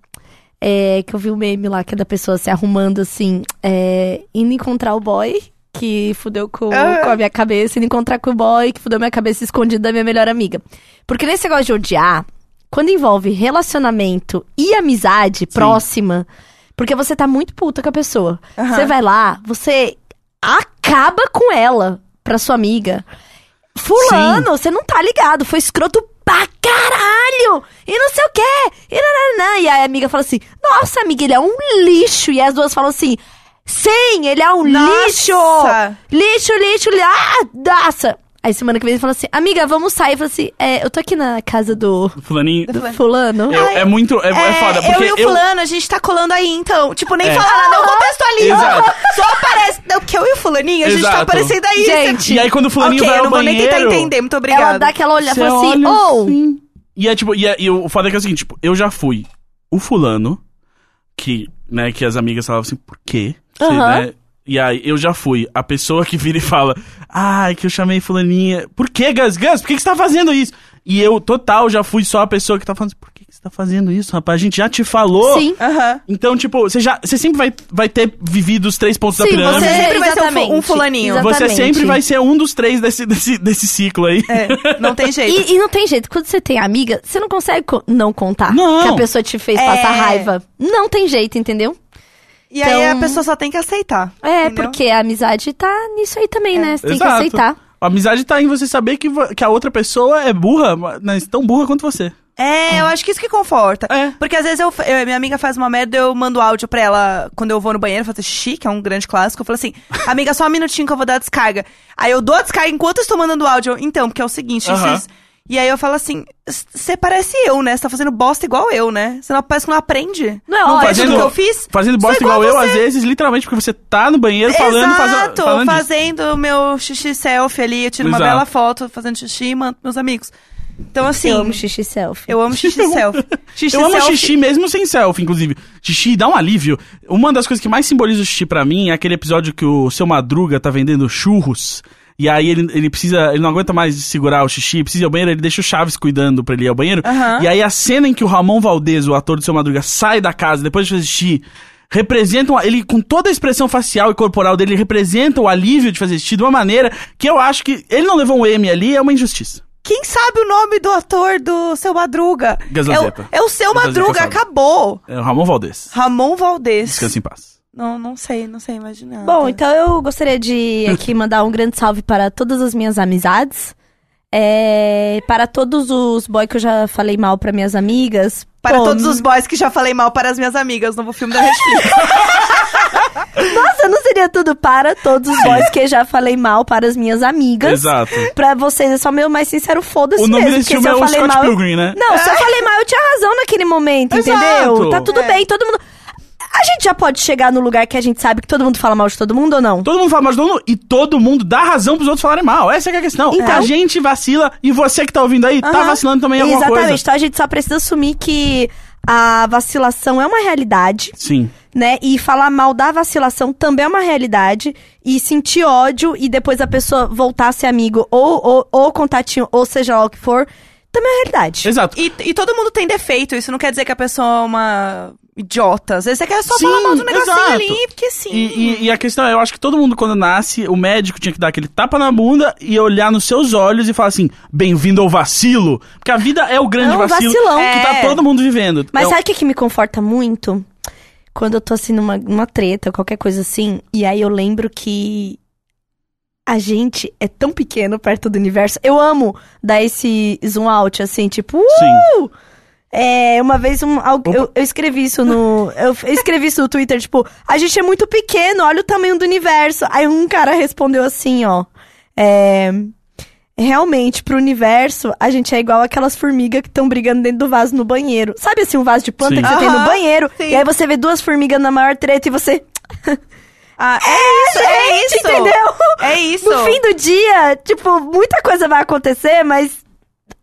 C: É que eu vi um meme lá, que é da pessoa se arrumando, assim, é, indo encontrar o boy, que fudeu com,
A: Ah.
C: com a minha cabeça, indo encontrar com o boy, que fudeu minha cabeça escondida da minha melhor amiga. Porque nesse negócio de odiar, quando envolve relacionamento e amizade próxima, porque você tá muito puta com a pessoa.
A: Aham.
C: Você vai lá, você acaba com ela pra sua amiga. Fulano, você não tá ligado, foi escroto pra caralho! E não sei o quê! E, nananã. e a amiga fala assim: Nossa, amiga, ele é um lixo! E as duas falam assim: Sim, ele é um
A: Nossa!
C: lixo! Lixo, lixo, lixo! Ah, nossa! Aí semana que vem ele fala assim: Amiga, vamos sair. Eu falo assim: é, Eu tô aqui na casa do,
B: Fulaninho.
C: do fulano.
B: Eu- é muito. É, é foda, porque.
A: eu e o fulano, a gente tá colando aí, então. Tipo, nem
B: É.
A: fala nada, não contextualiza.
B: Exato.
A: Só aparece. Não, que eu e o fulaninho, a gente
B: Exato.
A: tá aparecendo aí.
C: Gente.
A: gente.
B: E aí, quando o fulaninho
A: Ok,
B: vai
A: eu
B: ao
A: não vou nem tentar
B: banheiro,
A: entender, muito obrigada.
C: Ela dá aquela olhada
B: Você
C: fala assim:
B: olha
C: Ou!
B: assim. E é tipo, e, é- e o foda é que é o seguinte, tipo, eu já fui o fulano, que, né, que as amigas falavam assim, por quê? Você,
C: Aham.
B: né, E aí eu já fui a pessoa que vira e fala: Ai, que eu chamei fulaninha. Por que, Gus? Gus, por que, que você tá fazendo isso? E eu, total, já fui só a pessoa que tá falando: Por que, que você tá fazendo isso, rapaz? A gente já te falou.
C: Sim.
A: Aham.
B: Então, tipo, você já. Você sempre vai, vai ter vivido os três pontos da
C: Sim,
B: pirâmide.
A: Você sempre
C: É,
A: vai ser um, fu-
C: exatamente.
A: um fulaninho.
C: Exa-
B: tá Você é
C: exatamente.
B: sempre vai ser um dos três desse, desse, desse ciclo aí.
A: É, não tem jeito.
C: E, e não tem jeito, quando você tem amiga, você não consegue co- não contar
B: Não.
C: que a pessoa te fez
A: É.
C: passar raiva. Não tem jeito, entendeu?
A: E, aí a
C: então-
A: pessoa só tem que aceitar.
C: É,
A: entendeu?
C: porque a amizade tá nisso aí também, né? Você tem
B: Exato.
C: que aceitar.
B: A amizade tá em você saber que, vo- que a outra pessoa é burra, mas tão burra quanto você.
A: É, eu acho que isso que conforta.
B: É.
A: Porque às vezes eu, eu- minha amiga faz uma merda, eu mando áudio pra ela quando eu vou no banheiro fazer xixi, que é um grande clássico. Eu falo assim, amiga, só um minutinho que eu vou dar a descarga. Aí eu dou a descarga enquanto eu estou mandando áudio. Eu, Então, porque é o seguinte, isso,
B: Aham.
A: isso. E aí eu falo assim, você parece eu, né? Você tá fazendo bosta igual eu, né? Você não parece que não aprende.
C: Não é
A: não vê
C: ótimo.
A: tudo que eu fiz?
B: Fazendo
A: Sou
B: bosta igual,
A: a
B: eu,
A: você.
B: às vezes, literalmente, porque você tá no banheiro falando, fazendo.
A: Exato,
B: falando disso.
A: fazendo o meu xixi selfie ali, eu tiro uma
B: Exato.
A: bela foto fazendo xixi e mando pros meus amigos. Então assim,
C: Eu amo xixi selfie.
A: eu amo xixi selfie. Xixi
B: eu amo
A: selfie
B: xixi mesmo sem selfie, inclusive. Xixi dá um alívio. Uma das coisas que mais simboliza o xixi pra mim é aquele episódio que o seu Madruga tá vendendo churros. E aí ele, ele precisa, ele não aguenta mais segurar o xixi, precisa ir ao banheiro, ele deixa o Chaves cuidando pra ele ir ao banheiro.
A: Aham.
B: E aí a cena em que o Ramon Valdez, o ator do seu Madruga, sai da casa depois de fazer xixi, representa, uma- ele com toda a expressão facial e corporal dele, ele representa o alívio de fazer xixi de uma maneira que eu acho que ele não levou um M ali, é uma injustiça.
A: Quem sabe o nome do ator do Seu Madruga?
B: Gazanzeta.
A: É o, é o Seu
B: Gazanzeta
A: Madruga,
B: sabe.
A: acabou.
B: É o Ramon Valdez.
A: Ramon Valdez.
B: Descansa em paz.
A: Não, não sei, não sei imaginar.
C: Bom, então eu gostaria de aqui mandar um grande salve para todas as minhas amizades. É, para todos os boy que eu já falei mal para minhas amigas.
A: Para
C: Pô,
A: todos os boys que já falei mal para as minhas amigas, novo filme da Netflix.
C: Nossa, não seria tudo para todos os boys que eu já falei mal para as minhas amigas.
B: Exato.
C: Pra vocês é só meu mais sincero foda-se
B: O nome
C: mesmo.
B: desse
C: porque
B: filme
C: se
B: é
C: eu
B: o
C: falei
B: Scott
C: mal,
B: Pilgrim, né?
C: Não, se eu falei mal, eu tinha razão naquele momento,
B: Exato.
C: entendeu? Tá tudo
A: É.
C: bem, todo mundo. A gente já pode chegar no lugar que a gente sabe que todo mundo fala mal de todo mundo ou não?
B: Todo mundo fala mal de todo mundo e todo mundo dá razão pros outros falarem mal. Essa que é a questão.
C: Então.
B: A gente vacila e você que tá ouvindo aí tá
C: Aham.
B: vacilando também em alguma
C: Exatamente.
B: coisa.
C: Então a gente só precisa assumir que a vacilação é uma realidade,
B: Sim.
C: né? E falar mal da vacilação também é uma realidade. E sentir ódio e depois a pessoa voltar a ser amigo ou, ou, ou contatinho, ou seja lá o que for, também é uma realidade.
B: Exato.
A: e, e todo mundo tem defeito, isso não quer dizer que a pessoa é uma idiota. Às vezes você quer só
B: Sim,
A: falar mal do negocinho
B: exato.
A: ali, porque sim.
B: E, e- e a questão é, eu acho que todo mundo quando nasce, o médico tinha que dar aquele tapa na bunda e olhar nos seus olhos e falar assim, bem-vindo ao vacilo. Porque a vida é o grande
C: É um
B: vacilo
C: vacilão.
B: que tá
A: É.
B: todo mundo vivendo.
C: Mas
B: É um-
C: sabe o que, que me conforta muito? Quando eu tô assim numa, numa treta, qualquer coisa assim, e aí eu lembro que a gente é tão pequeno perto do universo. Eu amo dar esse zoom out, assim, tipo, uh!
B: Sim.
C: É, uma vez um, al-
B: Opa.
C: eu, eu escrevi isso no. Eu f- eu escrevi isso no Twitter, tipo, a gente é muito pequeno, olha o tamanho do universo. Aí um cara respondeu assim, ó. É, realmente, pro universo, a gente é igual aquelas formigas que estão brigando dentro do vaso no banheiro. Sabe assim, um vaso de planta
B: Sim.
C: que você tem no
A: Aham,
C: banheiro?
A: sim.
C: E aí você vê duas formigas na maior treta e você.
A: Ah, é isso, é isso.
C: Entendeu?
A: É isso.
C: No fim do dia, tipo, muita coisa vai acontecer, mas.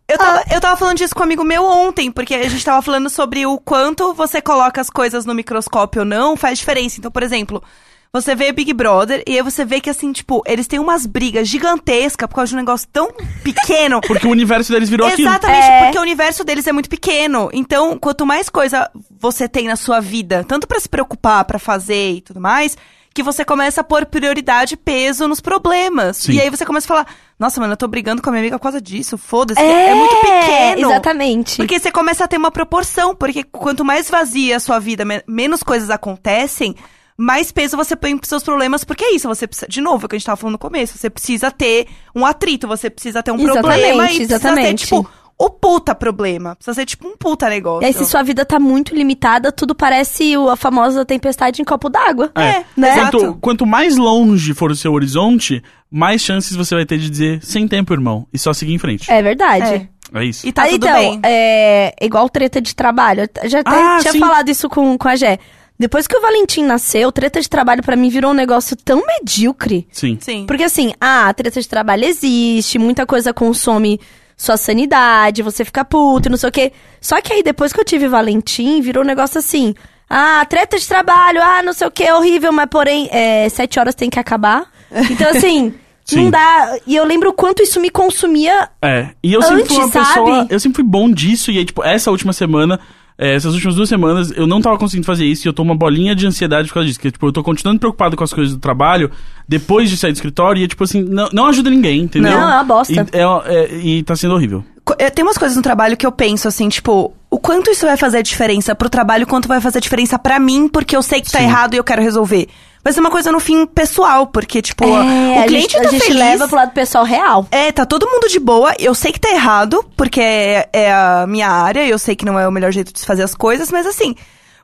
A: Eu tava, eu tava falando disso com um amigo meu ontem, porque a gente tava falando sobre o quanto você coloca as coisas no microscópio ou não, faz diferença. Então, por exemplo, você vê Big Brother e aí você vê que, assim, tipo, eles têm umas brigas gigantescas por causa de um negócio tão pequeno.
B: Porque o universo deles virou aquilo.
A: Exatamente,
C: É.
A: porque o universo deles é muito pequeno. Então, quanto mais coisa você tem na sua vida, tanto pra se preocupar, pra fazer e tudo mais, que você começa a pôr prioridade e peso nos problemas.
B: Sim.
A: E aí você começa a falar: "Nossa, mano, eu tô brigando com a minha amiga por causa disso. Foda-se,
C: É,
A: é, muito pequeno".
C: Exatamente.
A: Porque você começa a ter uma proporção, porque quanto mais vazia a sua vida, men- menos coisas acontecem, mais peso você põe pros seus problemas, porque é isso, você precisa, de novo, é o que a gente tava falando no começo, você precisa ter um atrito, você precisa ter um
C: Exatamente,
A: problema e
C: exatamente.
A: precisa ser, tipo, o puta problema, precisa ser, tipo, um puta negócio.
C: E aí, se sua vida tá muito limitada, tudo parece o- a famosa tempestade em copo d'água.
A: É,
C: né?
B: Quanto,
A: Exato.
B: quanto mais longe for o seu horizonte, mais chances você vai ter de dizer sem tempo, irmão, e só seguir em frente.
C: É verdade.
A: É.
B: É, isso.
A: E tá
C: Aí,
A: tudo
C: então,
A: bem.
C: é igual treta de trabalho. Eu t- já até
B: Ah,
C: tinha
B: sim.
C: falado isso com, com a Gé. Depois que o Valentim nasceu, treta de trabalho pra mim virou um negócio tão medíocre.
B: Sim.
A: Sim.
C: Porque assim, ah, a treta de trabalho existe, muita coisa consome sua sanidade, você fica puto, não sei o quê. Só que aí depois que eu tive Valentim, virou um negócio assim. Ah, treta de trabalho, ah, não sei o que, é horrível, mas porém, é, sete horas tem que acabar. Então, assim,
B: Sim.
C: não dá. E eu lembro o quanto isso me consumia.
B: É. E eu sempre fui uma
C: Antes, sabe?
B: pessoa. Eu sempre fui bom disso. E aí, tipo, essa última semana. é, Essas últimas duas semanas eu não tava conseguindo fazer isso e eu tô uma bolinha de ansiedade por causa disso. Que, tipo, eu tô continuando preocupado com as coisas do trabalho depois de sair do escritório e, é, tipo assim, não, não ajuda ninguém, entendeu?
C: Não, é uma bosta.
B: E, é- é- e tá sendo horrível.
A: Co- eh, Tem umas coisas no trabalho que eu penso assim, tipo, o quanto isso vai fazer diferença pro trabalho, quanto vai fazer diferença pra mim, porque eu sei que tá errado e eu quero resolver. Vai ser uma coisa no fim pessoal, porque, tipo,
C: É,
A: o cliente
C: a gente,
A: tá
C: a gente
A: feliz.
C: leva pro lado pessoal real.
A: É, tá todo mundo de boa. Eu sei que tá errado, porque é, é a minha área, eu sei que não é o melhor jeito de se fazer as coisas, mas assim,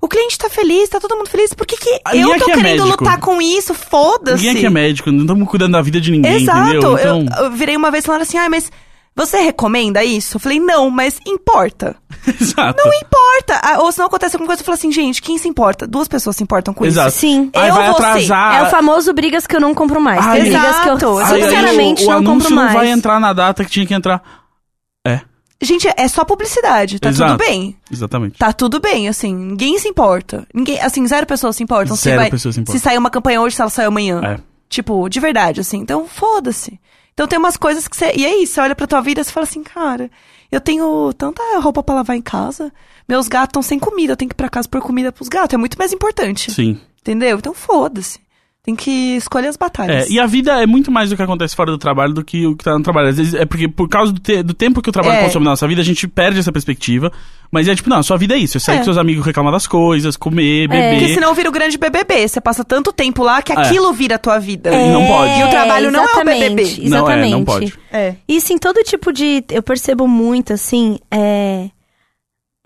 A: o cliente tá feliz, tá todo mundo feliz. Por que, que
B: A
A: eu
B: minha
A: tô
B: que é
A: querendo
B: médico.
A: lutar com isso?
C: Assim.
A: Foda-se.
B: Ninguém aqui é médico, não estamos cuidando da vida de ninguém,
A: Exato.
B: entendeu? Então,
A: Eu, eu virei uma vez falando assim, ai, mas você recomenda isso? Eu falei, não, mas importa.
B: exato.
A: Não importa. Ah, Ou se não acontece alguma coisa, eu falo assim, gente, quem se importa? Duas pessoas se importam com
B: Exato.
A: isso.
C: Sim,
B: Aí
A: eu
B: vai
A: vou ser.
B: atrasar.
C: É o famoso brigas que eu não compro mais.
B: Ai,
C: Tem brigas que eu
A: exato.
B: Aí,
C: sinceramente
B: aí, o, o
C: não
B: anúncio
C: compro mais.
B: não vai entrar na data que tinha que entrar. É,
A: Gente, é só publicidade, tá
B: Exato.
A: tudo bem.
B: exatamente.
A: Tá tudo bem, assim, ninguém se importa. Ninguém, assim, zero pessoas se importam. se,
B: Zero
A: vai,
B: pessoas se importam.
A: sair uma campanha hoje, se ela sai amanhã.
B: É.
A: Tipo, de verdade, assim. Então, foda-se. Então tem umas coisas que você. E é isso, você olha pra tua vida e você fala assim, cara, eu tenho tanta roupa pra lavar em casa, meus gatos estão sem comida, eu tenho que ir pra casa por comida pros gatos. É muito mais importante.
B: Sim.
A: Entendeu? Então foda-se. Tem que escolher as batalhas.
B: É, e a vida é muito mais do que acontece fora do trabalho do que o que tá no trabalho. Às vezes é porque, por causa do, te- do tempo que o trabalho
A: É.
B: consome na nossa vida, a gente perde essa perspectiva. Mas é tipo, não, a sua vida é isso. Você sai
A: É.
B: com seus amigos reclamar das coisas, comer,
C: É.
A: Porque
B: beber.
A: senão vira o grande BBB. Você passa tanto tempo lá que aquilo vira a tua vida.
B: É. Não pode.
A: E o trabalho não é o BBB.
C: exatamente,
B: Não é, não
C: Exatamente.
B: pode.
A: É.
C: Isso em todo tipo de. Eu percebo muito, assim, é.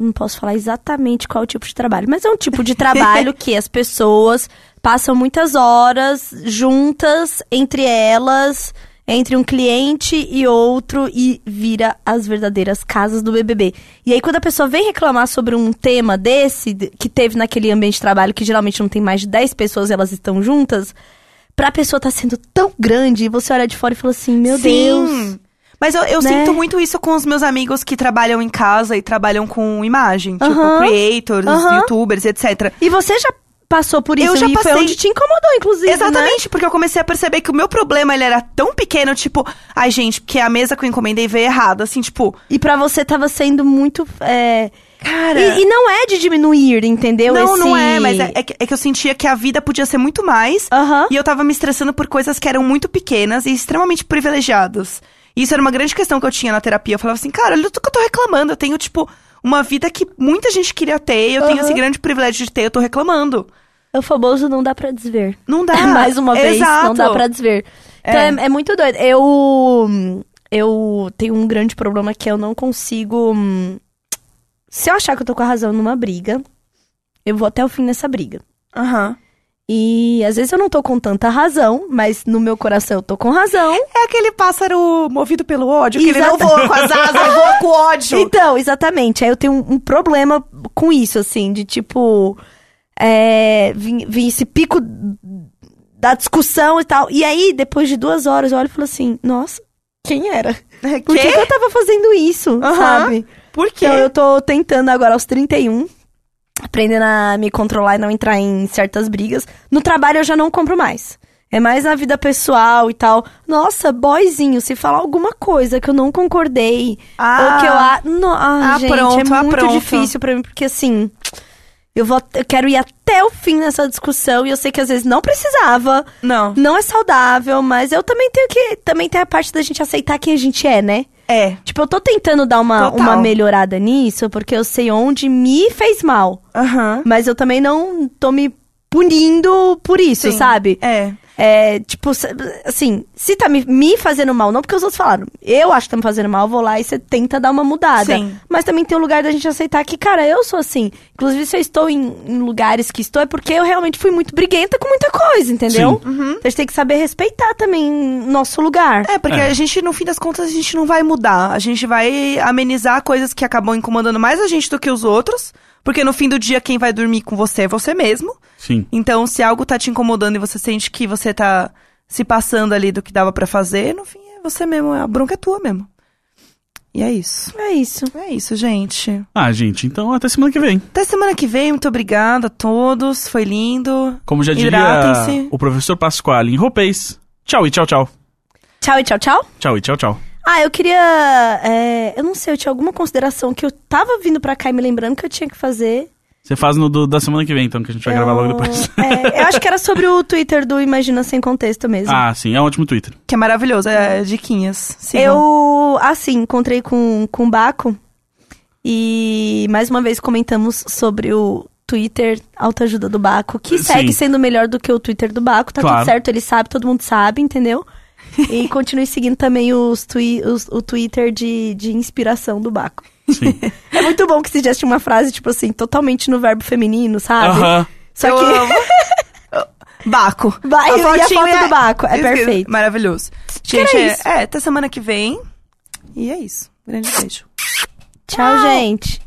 C: Não posso falar exatamente qual é o tipo de trabalho, mas é um tipo de trabalho que as pessoas passam muitas horas juntas entre elas, entre um cliente e outro, e vira as verdadeiras casas do BBB. E aí, quando a pessoa vem reclamar sobre um tema desse, de- que teve naquele ambiente de trabalho, que geralmente não tem mais de 10 pessoas e elas estão juntas, pra pessoa tá sendo tão grande, e você olha de fora e fala assim: Meu Deus.
A: Mas eu, eu
C: Né?
A: sinto muito isso com os meus amigos que trabalham em casa e trabalham com imagem. Tipo,
C: Aham.
A: creators,
C: Aham.
A: youtubers, etc.
C: E você já passou por isso?
A: Eu já
C: e
A: passei.
C: Foi onde te incomodou, inclusive. Né?
A: Exatamente, porque eu comecei a perceber que o meu problema ele era tão pequeno, tipo, ai gente, porque a mesa que eu encomendei veio errada. Assim, tipo,
C: E pra você tava sendo muito. é,
A: cara.
C: E, e não é de diminuir, entendeu?
A: não,
C: Esse-
A: não é, mas é, é que, é que eu sentia que a vida podia ser muito mais.
C: Aham.
A: E eu tava me estressando por coisas que eram muito pequenas e extremamente privilegiadas. E isso era uma grande questão que eu tinha na terapia. Eu falava assim, cara, olha tudo que eu tô reclamando. Eu tenho, tipo, uma vida que muita gente queria ter. e Eu tenho
C: Aham.
A: esse grande privilégio de ter, eu tô reclamando.
C: O famoso não dá pra desver.
A: Não dá.
C: É, Mais uma vez,
A: Exato.
C: não dá pra desver. Então Tá. é, é muito doido. Eu. Eu tenho um grande problema que eu não consigo. hum, Se eu achar que eu tô com a razão numa briga, eu vou até o fim nessa briga.
A: Aham.
C: E às vezes eu não tô com tanta razão, mas no meu coração eu tô com razão.
A: É aquele pássaro movido pelo ódio, que ele
C: Exato.
A: não voa com as asas, ele voa com ódio.
C: Então, exatamente. Aí eu tenho um, um problema com isso, assim, de tipo. É, vim, vim esse pico da discussão e tal. E aí, depois de duas horas, eu olho e falo assim: nossa, quem era?
A: É,
C: Por que,
A: quê?
C: que eu tava fazendo isso,
A: Aham.
C: sabe?
A: Por quê?
C: Então, eu tô tentando agora aos 31, aprendendo a me controlar e não entrar em certas brigas. No trabalho eu já não compro mais. É mais na vida pessoal e tal. Nossa, boyzinho, se falar alguma coisa que eu não concordei,
A: Ah.
C: ou que eu a... no, ah,
A: Ah,
C: gente,
A: pronto,
C: é
A: ah,
C: muito
A: pronto.
C: difícil pra mim, porque assim, eu vou eu quero ir até o fim nessa discussão e eu sei que às vezes não precisava.
A: Não.
C: Não é saudável, mas eu também tenho que também tem a parte da gente aceitar quem a gente é, né?
A: É.
C: Tipo, eu tô tentando dar uma,
A: Total.
C: uma melhorada nisso, porque eu sei onde me fez mal.
A: Aham.
C: Mas eu também não tô me punindo por isso,
A: Sim.
C: sabe?
A: É.
C: É, tipo, sa- assim, se tá me, me fazendo mal, não porque os outros falaram, eu acho que tá me fazendo mal, eu vou lá e você tenta dar uma mudada.
A: Sim.
C: Mas também tem o lugar da gente aceitar que, cara, eu sou assim. Inclusive, se eu estou em, em lugares que estou, é porque eu realmente fui muito briguenta com muita coisa, entendeu? Então a gente tem que saber respeitar também nosso lugar.
A: É, porque
B: É.
A: a gente, no fim das contas, a gente não vai mudar. A gente vai amenizar coisas que acabam incomodando mais a gente do que os outros. Porque no fim do dia, quem vai dormir com você é você mesmo.
B: Sim.
A: Então, se algo tá te incomodando e você sente que você tá se passando ali do que dava pra fazer, no fim é você mesmo. A bronca é tua mesmo. E é isso.
C: É isso.
A: É isso, gente.
B: Ah, gente, então até semana que vem.
A: Até semana que vem, muito obrigada a todos. Foi lindo.
B: Como já diria
A: Hidratem-se.
B: o professor Pasquale em roupês. Tchau e tchau, tchau.
C: Tchau e tchau, tchau.
B: Tchau e tchau, tchau.
C: Ah, eu queria. é, eu não sei, eu tinha alguma consideração que eu tava vindo pra cá e me lembrando que eu tinha que fazer.
B: Você faz no do- da semana que vem, então, que a gente vai gravar logo depois.
C: É, eu acho que era sobre o Twitter do Imagina Sem Contexto mesmo.
B: Ah, sim, é um ótimo Twitter.
A: Que é maravilhoso. É, diquinhas. Sigam.
C: Uhum. eu, assim, encontrei com, com o Baco e mais uma vez comentamos sobre o Twitter autoajuda do Baco, que
B: Sim.
C: segue sendo melhor do que o Twitter do Baco. Tá
B: Claro.
C: tudo certo, ele sabe, todo mundo sabe, entendeu? E continue seguindo também os twi- os- o Twitter de, de inspiração do Baco.
B: Sim.
C: É muito bom que sugeste uma frase, tipo assim, totalmente no verbo feminino, sabe?
B: Aham.
C: Só
A: Eu
C: que.
A: amo. Baco.
C: Vai, e a
A: fotinho
C: foto do Baco, é perfeito.
A: Maravilhoso. Gente, é, é, até semana que vem. E é isso. Grande beijo.
C: Tchau, gente.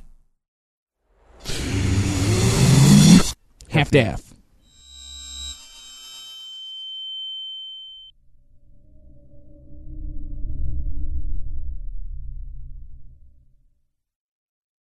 F: Half-Death.